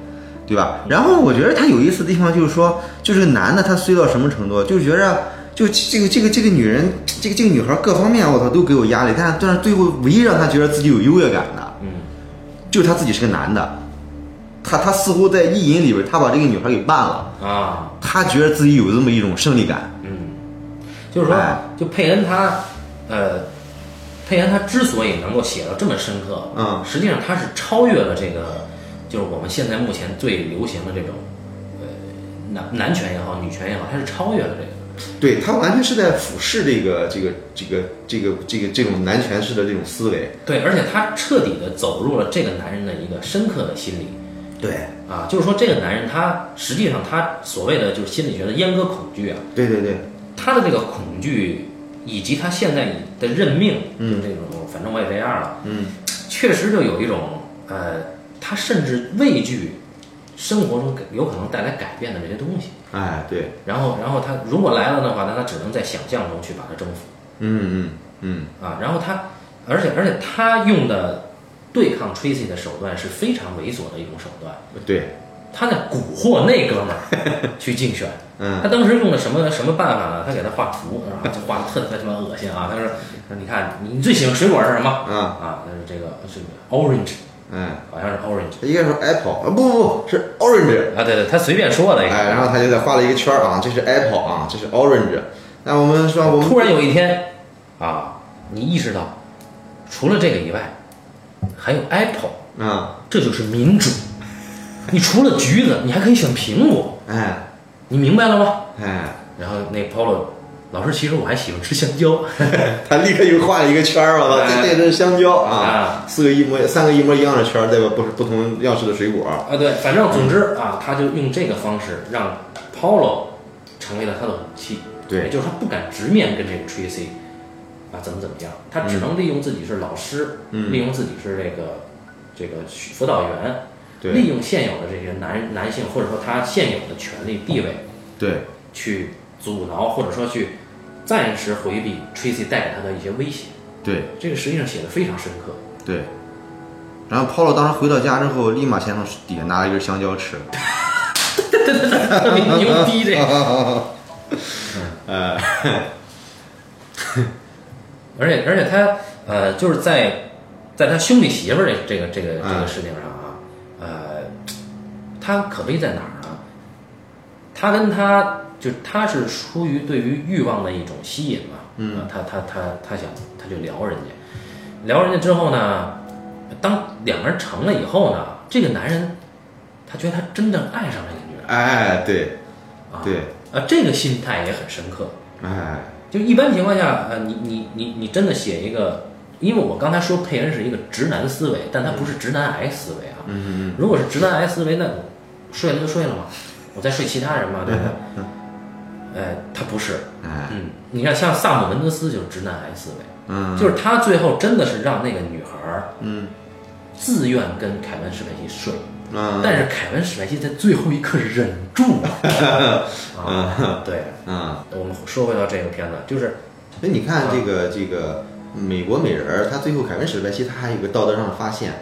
对吧？然后我觉得他有意思的地方就是说，就是男的他衰到什么程度，就觉着就这个这个这个女人，这个这个女孩各方面我操都给我压力，但是但是最后唯一让他觉得自己有优越感的，嗯，就是他自己是个男的，他他似乎在意淫里边，他把这个女孩给办了。啊，他觉得自己有这么一种胜利感。嗯，就是说哎，就佩恩他，呃，佩恩他之所以能够写到这么深刻，嗯实际上他是超越了这个，就是我们现在目前最流行的这种，呃，男男权也好，女权也好，他是超越了这个，对他完全是在俯视这个这个这个这个这个这种男权式的这种思维。对，而且他彻底的走入了这个男人的一个深刻的心理，对，啊，就是说这个男人他实际上他所谓的就是心理学的阉割恐惧啊，对对对，他的这个恐惧以及他现在的认命，嗯，这种反正我也这样了，嗯，确实就有一种呃，他甚至畏惧生活中给有可能带来改变的这些东西。哎，对，然后，然后他如果来了的话，那他只能在想象中去把它征服嗯嗯嗯，啊。然后他，而且而且他用的对抗 Tracy 的手段是非常猥琐的一种手段，嗯对，他在蛊惑那哥们儿去竞选。嗯他当时用的什么什么办法呢？他给他画图，然后就画的特别他妈恶心啊！他说：“他说你看，你最喜欢水果是什么？”啊啊，他说这个是 orange，哎，好像是 orange 他应该说 apple，啊不不不是 orange，啊，对对，他随便说的一个。哎，然后他就在画了一个圈儿啊，这是 apple 啊，这是 orange。那我们说我们突然有一天，啊，你意识到，除了这个以外，还有 apple，啊，这就是民主。你除了橘子，你还可以选苹果，哎你明白了吗？哎，然后那 Polo 老师，其实我还喜欢吃香蕉。他立刻又画了一个圈儿，我操，哎这这是香蕉啊啊，四个一模三个一模一样的圈儿，代表不是不同样式的水果。啊，对，反正总之啊，他就用这个方式让 Polo 成为了他的武器。对也就是他不敢直面跟这个 Tracy 啊怎么怎么样，他只能利用自己是老师，嗯利用自己是这个这个辅导员，利对用现有的这些男男性或者说他现有的权利地位对，去阻挠或者说去暂时回避 Tracy 带给他的一些威胁。对，这个实际上写的非常深刻。对。然后 Polo 当时回到家之后，立马先从底下拿了一根香蕉 吃。牛逼 这个，呃， 而且而且他呃，就是在在他兄弟媳妇儿这这个这个这个嗯事情上啊，呃，他可悲在哪儿呢？他跟他就他是出于对于欲望的一种吸引嘛，嗯，他他他他想他就撩人家，撩人家之后呢，当两个人成了以后呢，这个男人他觉得他真正爱上这个女人哎，对，啊，对，啊，这个心态也很深刻，哎，就一般情况下，呃，你你你你真的写一个，因为我刚才说佩恩是一个直男思维，但他不是直男癌思维啊。嗯嗯。如果是直男癌思维，那我睡了就睡了嘛，我再睡其他人嘛，对不对？呃，他不是，哎，嗯，你看像萨姆文德斯就是直男癌思维，嗯，就是他最后真的是让那个女孩儿，嗯，自愿跟凯文史派西睡，嗯但是凯文史派西在最后一刻忍住 了，啊，对，嗯啊，我们说回到这个片子，就是。所以你看这个这个美国美人儿，她最后凯文史派西他还有个道德上的发现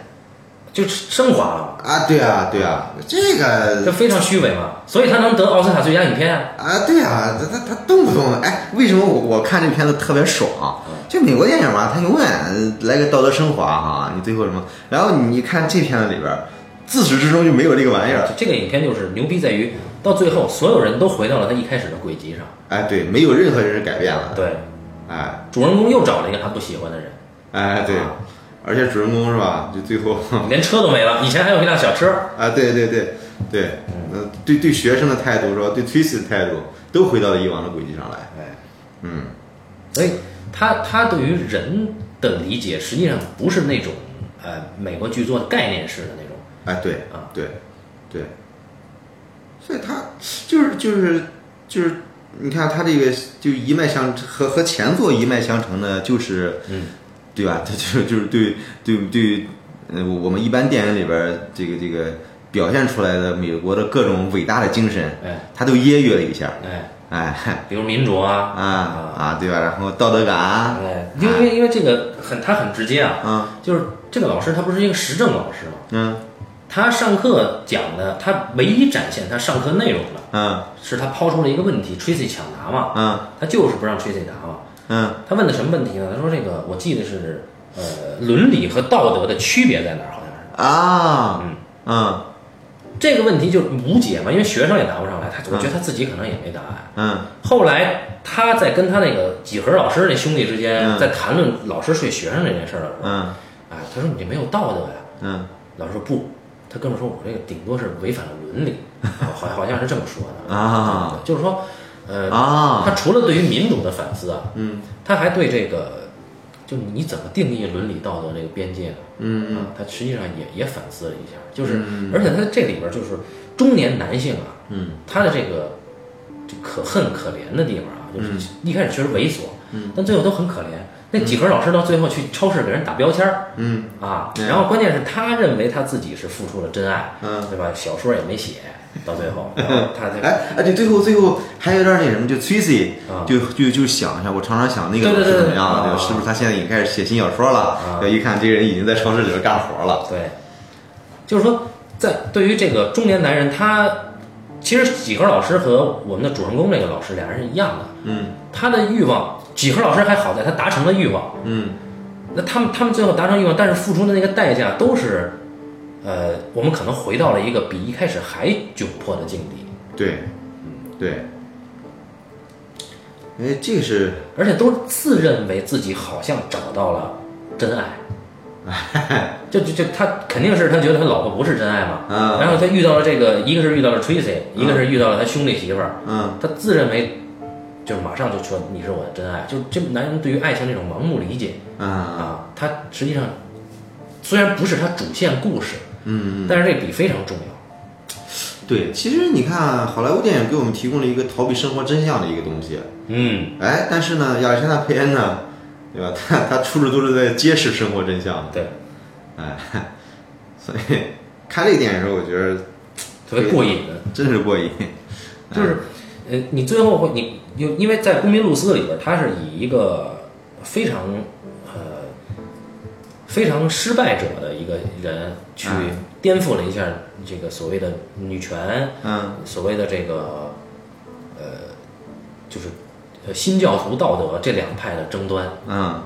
就升华了嘛，啊，对啊，对啊，这这个非常虚伪嘛，所以他能得奥斯卡最佳影片啊。啊，对啊，他他他动不动哎，为什么我我看这片子特别爽？啊就美国电影嘛，它永远来个道德升华哈，你最后什么？然后你看这片子里边儿，自始至终就没有这个玩意儿。这个影片就是牛逼在于，到最后所有人都回到了他一开始的轨迹上。哎，对，没有任何人是改变了。对，哎主人公又找了一个他不喜欢的人，哎，对，啊而且主人公是吧？就最 后连车都没了，以前还有一辆小车。啊，对对对对，嗯，对对学生的态度是吧？对 Tracy 的态度都回到了以往的轨迹上来。哎，嗯，所以他他对于人的理解，实际上不是那种呃美国剧作概念式的那种。哎，对啊对对，所以他就是就是就是，你看他这个就一脉相和和前作一脉相承的，就是嗯，对吧？这就就是对对对，呃，我们一般电影里边儿这个这个表现出来的美国的各种伟大的精神，哎他都揶揄了一下，哎，哎比如民主啊啊，啊，对吧？然后道德感啊，哎，因为因为这个很他很直接啊，嗯就是这个老师他不是一个实证老师吗？嗯他上课讲的，他唯一展现他上课内容的嗯是他抛出了一个问题，Tracy 抢答嘛，嗯他就是不让 Tracy 答嘛。嗯他问的什么问题呢？他说这个我记得是呃伦理和道德的区别在哪儿？好像是啊，嗯这个问题就无解嘛，因为学生也答不上来，他我觉得他自己可能也没答案。嗯后来他在跟他那个几何老师那兄弟之间嗯在谈论老师睡学生这件事儿的时候，嗯哎，他说你这没有道德呀。嗯老师说不，他跟我说我这个顶多是违反了伦理，啊好好像是这么说的啊，就是说，呃，啊他除了对于民主的反思啊，嗯，他还对这个，就你怎么定义伦理道德这个边界呢？嗯、啊，他实际上也也反思了一下，就是，而且他这里边就是中年男性啊，嗯，他的这个这可恨可怜的地方啊，就是一开始确实猥琐，嗯，但最后都很可怜。那几何老师到最后去超市给人打标签儿，嗯啊，然后关键是他认为他自己是付出了真爱，嗯，对吧？小说也没写，到最 后，然后他他哎，而且最后最后还有点那什么，就 Tracy 啊就就就想一下，我常常想那个对对老师对怎么样了，对对吧？啊是不是他现在已经开始写新小说啊了？对一看这个人已经在超市里边干活了。对，就是说，在对于这个中年男人，他其实几何老师和我们的主人公这个老师俩人是一样的，嗯，他的欲望，几何老师还好在他达成了欲望，嗯，那他们他们最后达成欲望，但是付出的那个代价都是，呃，我们可能回到了一个比一开始还窘迫的境地，对，对，哎，这个是而且都自认为自己好像找到了真爱。就就就他肯定是他觉得他老婆不是真爱嘛，啊然后他遇到了这个，一个是遇到了 Tracy，一个是遇到了他兄弟媳妇儿，嗯他自认为就是马上就说你是我的真爱，就这男人对于爱情这种盲目理解啊啊，他实际上虽然不是他主线故事，嗯，但是这笔非常重要，对，其实你看好莱坞电影给我们提供了一个逃避生活真相的一个东西。嗯，哎，但是呢，亚历山大·佩恩呢，对吧？ 他他处处都是在揭示生活真相的。对，哎，所以看这个电影的时候，我觉得特别过瘾的，真是过瘾。就是呃，你最后会你就因为在《公民路斯》里边，他是以一个非常呃非常失败者的一个人去颠覆了一下这个所谓的女权，嗯所谓的这个呃，就是呃新教徒道德这两派的争端，嗯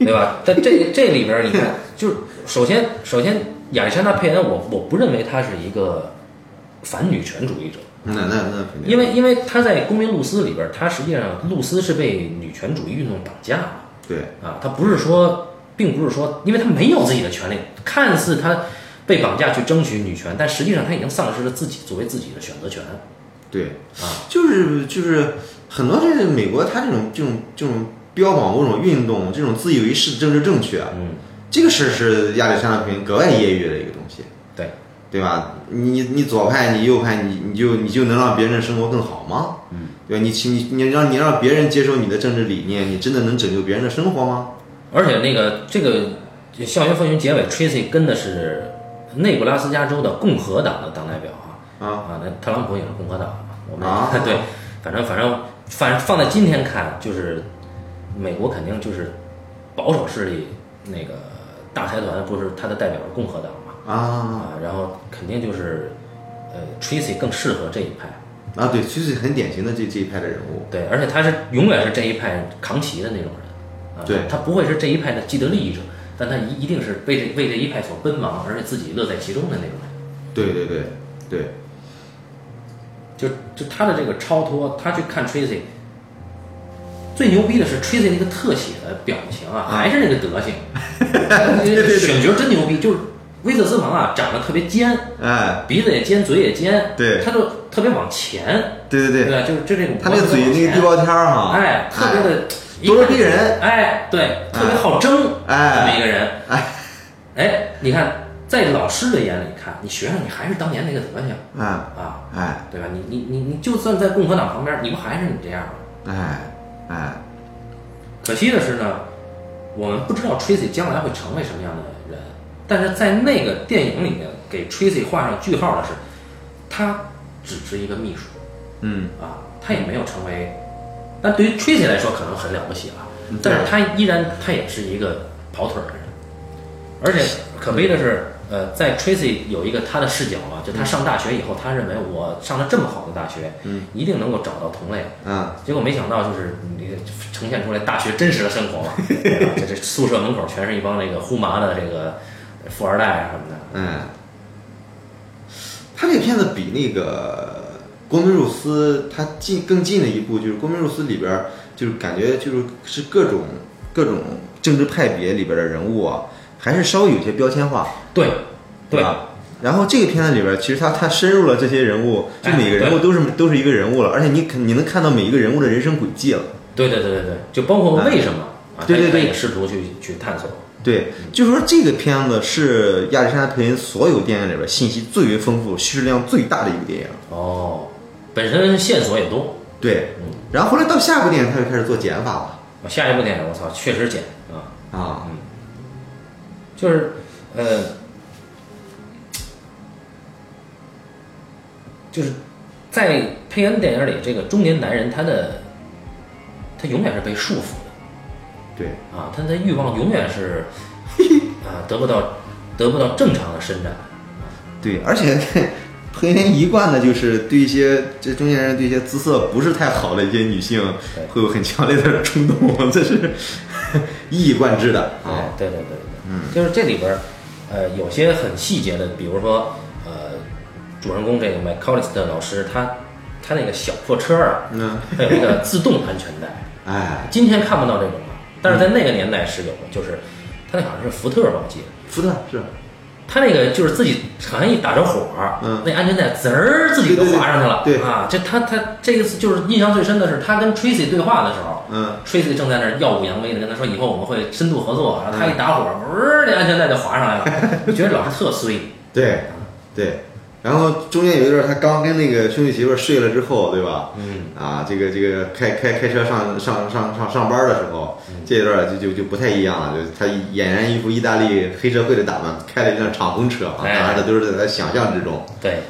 对吧？但这这里边儿你看，就是首先首先亚历山大佩恩，我我不认为他是一个反女权主义者，那那那肯定，因为因为他在公民路斯里边儿，他实际上路斯是被女权主义运动绑架了。对，啊，他不是说，并不是说，因为他没有自己的权利，看似他被绑架去争取女权，但实际上他已经丧失了自己作为自己的选择权。对，啊就是就是很多这个美国他这种这种这种标榜某种运动，这种自以为是的政治正确，嗯，这个事是亚历山大平格外揶揄的一个东西，对，对吧？你你左派，你右派，你你就你就能让别人的生活更好吗？嗯，对吧？你其你你让你让别人接受你的政治理念，你真的能拯救别人的生活吗？而且那个这个校园风云结尾，Tracy 跟的是内布拉斯加州的共和党的党代表啊啊那特朗普也是共和党嘛，我们、啊 对，反正反正反放在今天看，就是美国肯定就是保守势力那个大财团，不是他的代表是共和党嘛，啊啊，然后肯定就是，呃，Tracy 更适合这一派，啊，对，其实很典型的这这一派的人物，对，而且他是永远是这一派扛旗的那种人，啊，对他不会是这一派的既得利益者，但他一一定是为这为这一派所奔忙，而且自己乐在其中的那种人，对对对对，就就他的这个超脱，他去看 Tracy，最牛逼的是 Tracy 那个特写的表情啊，还是那个德 行，选角真牛逼，就是威瑟斯彭啊，长得特别尖，哎，鼻子也尖，嘴也尖，对他就特别往前。对对对对，吧？就是就这种，他那个嘴那个地包天儿哈，哎，特别的咄咄逼人，哎，对，特别好争，哎这么一个人，哎哎，你看，在老师的眼里看，你学生你还是当年那个德行哎啊，哎对吧？你你你你就算在共和党旁边，你不还是你这样吗？哎哎，可惜的是呢，我们不知道 Tracy 将来会成为什么样的人，但是在那个电影里面给 Tracy 画上句号的是，他只是一个秘书，嗯啊，他也没有成为，但对于 Tracy 来说可能很了不起了，但是他依然他也是一个跑腿儿的人，而且可悲的是，呃，在 Tracy 有一个他的视角啊，就他上大学以后，他认为我上了这么好的大学，嗯，一定能够找到同类，啊结果没想到就是你呈现出来大学真实的生活嘛， 对吧这这宿舍门口全是一帮那个呼麻的这个富二代啊什么的，嗯，他这个片子比那个《光明入斯》他近更近的一步，就是《光明入斯》里边儿就是感觉就是是各种各种政治派别里边的人物啊，还是稍微有些标签化，对，对对，啊吧？然后这个片子里边，其实他他深入了这些人物，就哎每个人物对都是都是一个人物了，而且你肯你能看到每一个人物的人生轨迹了。对对对对对，就包括为什么啊，对对他对也试图去去探索。对，就说这个片子是亚历山大·佩恩所有电影里边信息最为丰富、叙事量最大的一部电影。哦，本身线索也多。对，嗯，然后后来到下部电影，他就开始做减法了我啊下一部电影，我操，确实剪啊，啊，嗯就是呃，就是在佩恩电影里，这个中年男人他的他永远是被束缚的对，啊，他的欲望永远是啊得不到得不到正常的伸展。对，而且 佩恩一贯的就是对一些这中年人对一些姿色不是太好的一些女性对，会有很强烈的冲动， 这是一以贯之的对啊。哎对对对对，嗯，就是这里边儿，呃，有些很细节的，比如说，呃，主人公这个 m c c o l l i s 的老师，他他那个小破车啊，嗯，它有一个自动安全带，哎，今天看不到这种了，但是在那个年代是有的，就是他那好像是福特吧，我记得，福特是，他那个就是自己好像一打着火，嗯那安全带滋儿自己就对对对滑上去了，对啊，这他他这个就是印象最深的是他跟 Tracy 对话的时候，嗯， Tracy 正在那儿耀武扬威的跟他说以后我们会深度合作，然后他一打火，不是那安全带就滑上来了，就觉得老师特衰，对对。然后中间有一段，他刚跟那个兄弟媳妇儿睡了之后，对吧？嗯，啊，这个这个开开开车上上上上上班的时候，嗯这一段就就就不太一样了，就是他俨然一副意大利黑社会的打扮，开了一辆敞篷车啊，当哎然这都是在他想象之中。 对，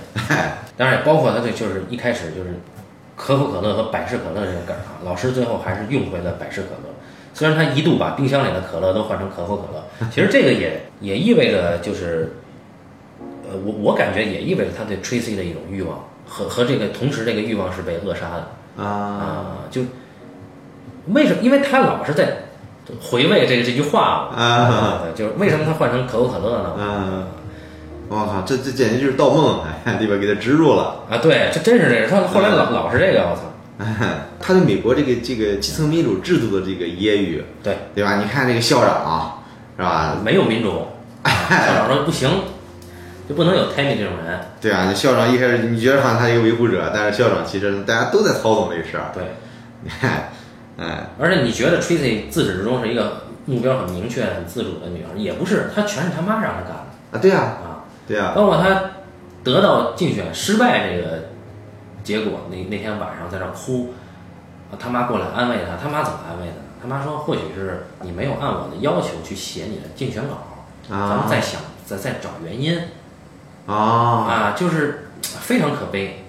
当然也包括他这就是一开始就是可口可乐和百事可乐这个梗啊，老师最后还是用回了百事可乐，虽然他一度把冰箱里的可乐都换成可口可乐，其实这个 也也意味着就是，呃，我我感觉也意味着他对 Tracy 的一种欲望和和这个同时这个欲望是被扼杀的。啊啊，就为什么？因为他老是在回味这这句话嘛啊，对就是为什么他换成可口可乐呢？嗯，我靠，这这简直就是盗梦，哎，对吧？给他植入了。啊，对，这真是这个，他后来啊老老是这个，我操，哎他对美国这个这个基层民主制度的这个揶揄，对，对吧？你看这个校长、啊是吧？没有民 主，校长说不行，就不能有 Tammy 这种人，对啊，你校长一开始你觉得好像他是一个维护 者，但是校长其实大家都在操纵这个事儿。 对，你看，哎，而且你觉得 Tracy 自始至终是一个目标很明确、很自主的女孩，也不是，她全是他妈让她干的啊，对啊，啊，对啊，包括她得到竞选失败这个结果，那那天晚上在那儿哭，啊，他妈过来安慰她，他妈怎么安慰的？他妈说，或许是你没有按我的要求去写你的竞选稿，咱啊们再想再再找原因啊，啊，就是非常可悲。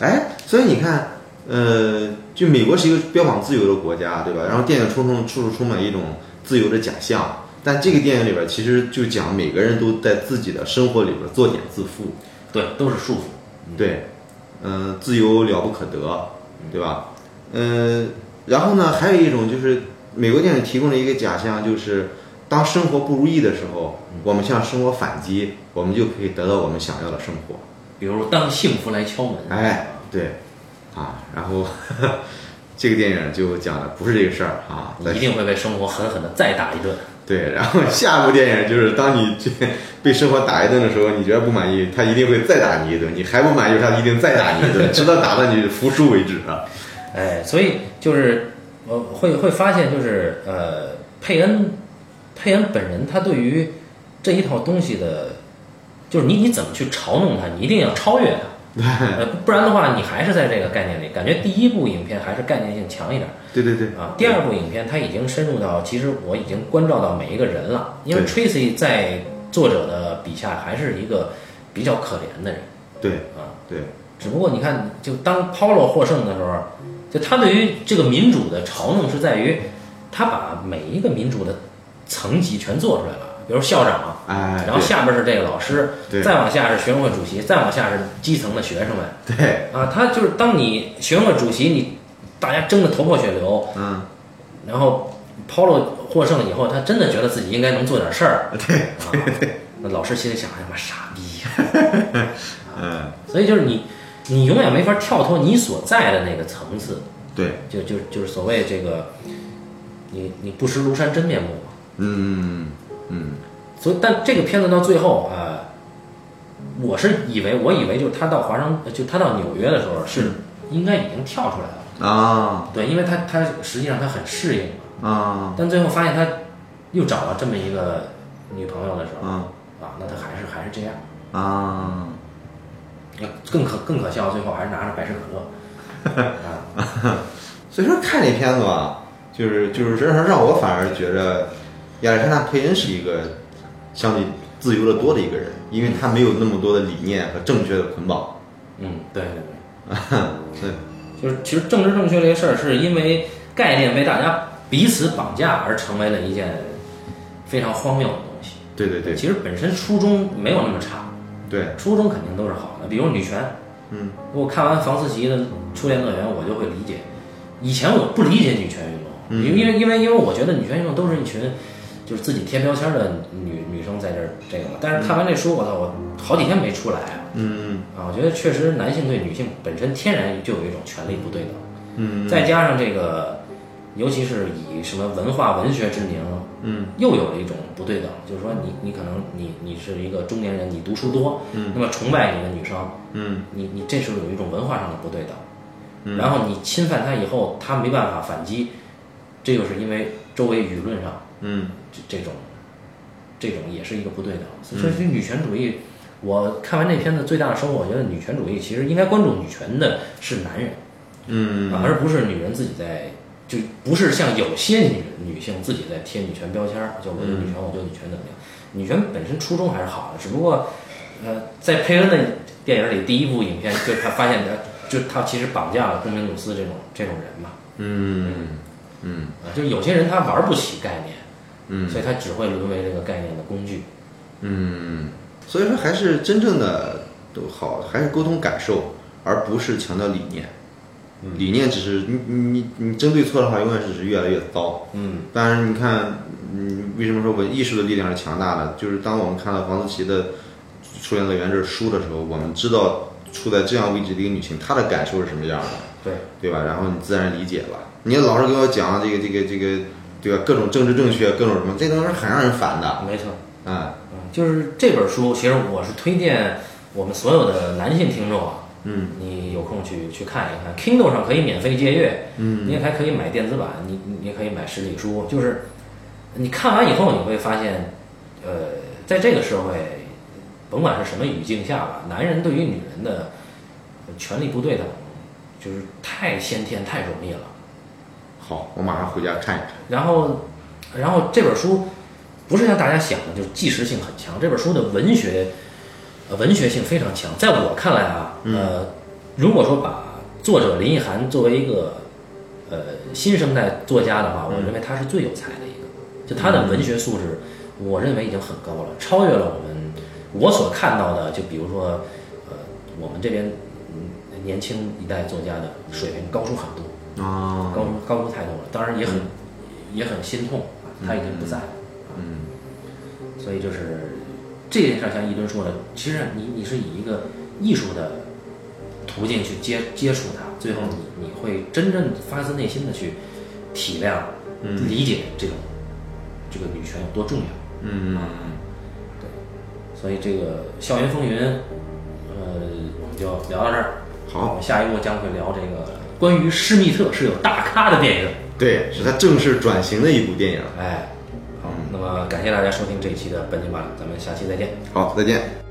哎，所以你看，呃，就美国是一个标榜自由的国家，对吧？然后电影充充处处充满一种自由的假象，但这个电影里边其实就讲每个人都在自己的生活里边作茧自缚。对，都是束缚。对，嗯、自由了不可得，对吧？嗯、然后呢，还有一种就是美国电影提供了一个假象，就是当生活不如意的时候，我们向生活反击，我们就可以得到我们想要的生活。比如当幸福来敲门，哎，对，啊，然后 这个电影就讲的不是这个事儿啊，你但一定会被生活狠狠的再打一顿。对，然后下一部电影就是当你这被生活打一顿的时候，你觉得不满意，他一定会再打你一顿，你还不满意，他一定再打你一顿，直到打到你服输为止啊。哎，所以就是呃，会会发现就是呃，佩恩佩恩本人他对于这一套东西的，就是你你怎么去嘲弄他，你一定要超 越他，呃，不然的话你还是在这个概念里。感觉第一部影片还是概念性强一点对对对啊，第二部影片它已经深入到，其实我已经关照到每一个人了，因为 Tracy 在作者的笔下还是一个比较可怜的人。对啊，对，只不过你看，就当 Polo 获胜的时候，就他对于这个民主的嘲弄是在于，他把每一个民主的层级全做出来了，比如校长，哎，然后下边是这个老师，对再往下是学生会主席，再往下是基层的学生们对对，啊。他就是当你学生会主席，你大家争得头破血流，嗯，然后 Polo 获胜以后，他真的觉得自己应该能做点事儿， 对，啊，那老师心里想，哎呀妈，傻逼呀、 啊嗯，所以就是你，你永远没法跳脱你所在的那个层次，对，就就就是所谓这个，你你不识庐山真面目嘛。嗯嗯所以，但这个片子到最后啊、呃，我是以为我以为就是他到华盛，就他到纽约的时候是应该已经跳出来了，啊对，因为他他实际上他很适应嘛，啊但最后发现他又找了这么一个女朋友的时候啊啊，那他还是还是这样。啊，呃更可更可笑，最后还是拿着百事可乐啊。所以说看这片子吧，就是就是让让我反而觉着亚历山大·佩恩是一个相对自由的多的一个人，因为他没有那么多的理念和正确的捆绑。嗯，对对对，对，就是其实政治正确这个事儿，是因为概念被大家彼此绑架而成为了一件非常荒谬的东西。对对对其实本身初衷没有那么差，对，初衷肯定都是好的，比如女权。嗯，我看完房思琪的《初恋乐园》，我就会理解。以前我不理解女权运动，嗯因为因为因为因为我觉得女权运动都是一群就是自己贴标签的女女生在这儿这个嘛。但是看完这书，我操，我好几天没出来啊。嗯啊，我觉得确实男性对女性本身天然就有一种权力不对等，嗯再加上这个，尤其是以什么文化文学之名，嗯，又有了一种不对等，就是说你你可能你你是一个中年人，你读书多，嗯，那么崇拜你的女生，嗯你你这时候有一种文化上的不对等，然后你侵犯她以后，她没办法反击，这就是因为周围舆论上嗯这这种，这种也是一个不对等。嗯所以说，这女权主义，我看完这片子最大的收获，我觉得女权主义其实应该关注女权的是男人，嗯啊而不是女人自己在，就不是像有些女女性自己在贴女权标签儿，就我对嗯女权，我对女权怎么样？女权本身初衷还是好的，只不过，呃，在佩恩的电影里，第一部影片就他发现他，就他其实绑架了公民鲁斯这种这种人嘛，嗯嗯啊，就是有些人他玩不起概念，嗯所以他只会沦为这个概念的工具。嗯，所以说还是真正的都好，还是沟通感受，而不是强调理念。嗯理念只是你你你你针对错的话，永远是只是越来越糟。嗯当然，你看，嗯，为什么说文艺术的力量是强大的？就是当我们看到房思琪的《初恋乐园》这书的时候，我们知道处在这样位置的一个女性，她的感受是什么样的，对，对吧？然后你自然理解了。你老是给我讲这个这个这个，对吧？各种政治正确，各种什么，这东西是很让人烦的。没错，哎，嗯，就是这本书，其实我是推荐我们所有的男性听众啊，嗯，你有空去去看一看，Kindle 上可以免费借阅，嗯，你也还可以买电子版，你你也可以买实体书，就是你看完以后，你会发现，呃，在这个社会，甭管是什么语境下吧，男人对于女人的权力不对等，就是太先天太容易了。好，我马上回家看一看。然后，然后这本书不是像大家想的，就是纪实性很强。这本书的文学，呃，文学性非常强。在我看来啊，呃，如果说把作者林奕含作为一个呃新生代作家的话，我认为他是最有才的一个。就他的文学素质，我认为已经很高了，超越了我们我所看到的，就比如说呃我们这边嗯年轻一代作家的水平高出很多。哦啊高出高出太多了，当然也嗯很、也很心痛，啊他已经不在了，嗯，所以就是这件事儿，像一吨说的，其实你你是以一个艺术的途径去接接触它，最后嗯你你会真正发自内心的去体谅、理解这种这个女权有多重要，啊嗯，所以这个校园风云，呃，我们就聊到这儿。我好，们下一步将会聊这个关于施密特是有大咖的电影。对，是他正式转型的一部电影。哎，好，那么感谢大家收听这一期的半斤八两，咱们下期再见。好，再见。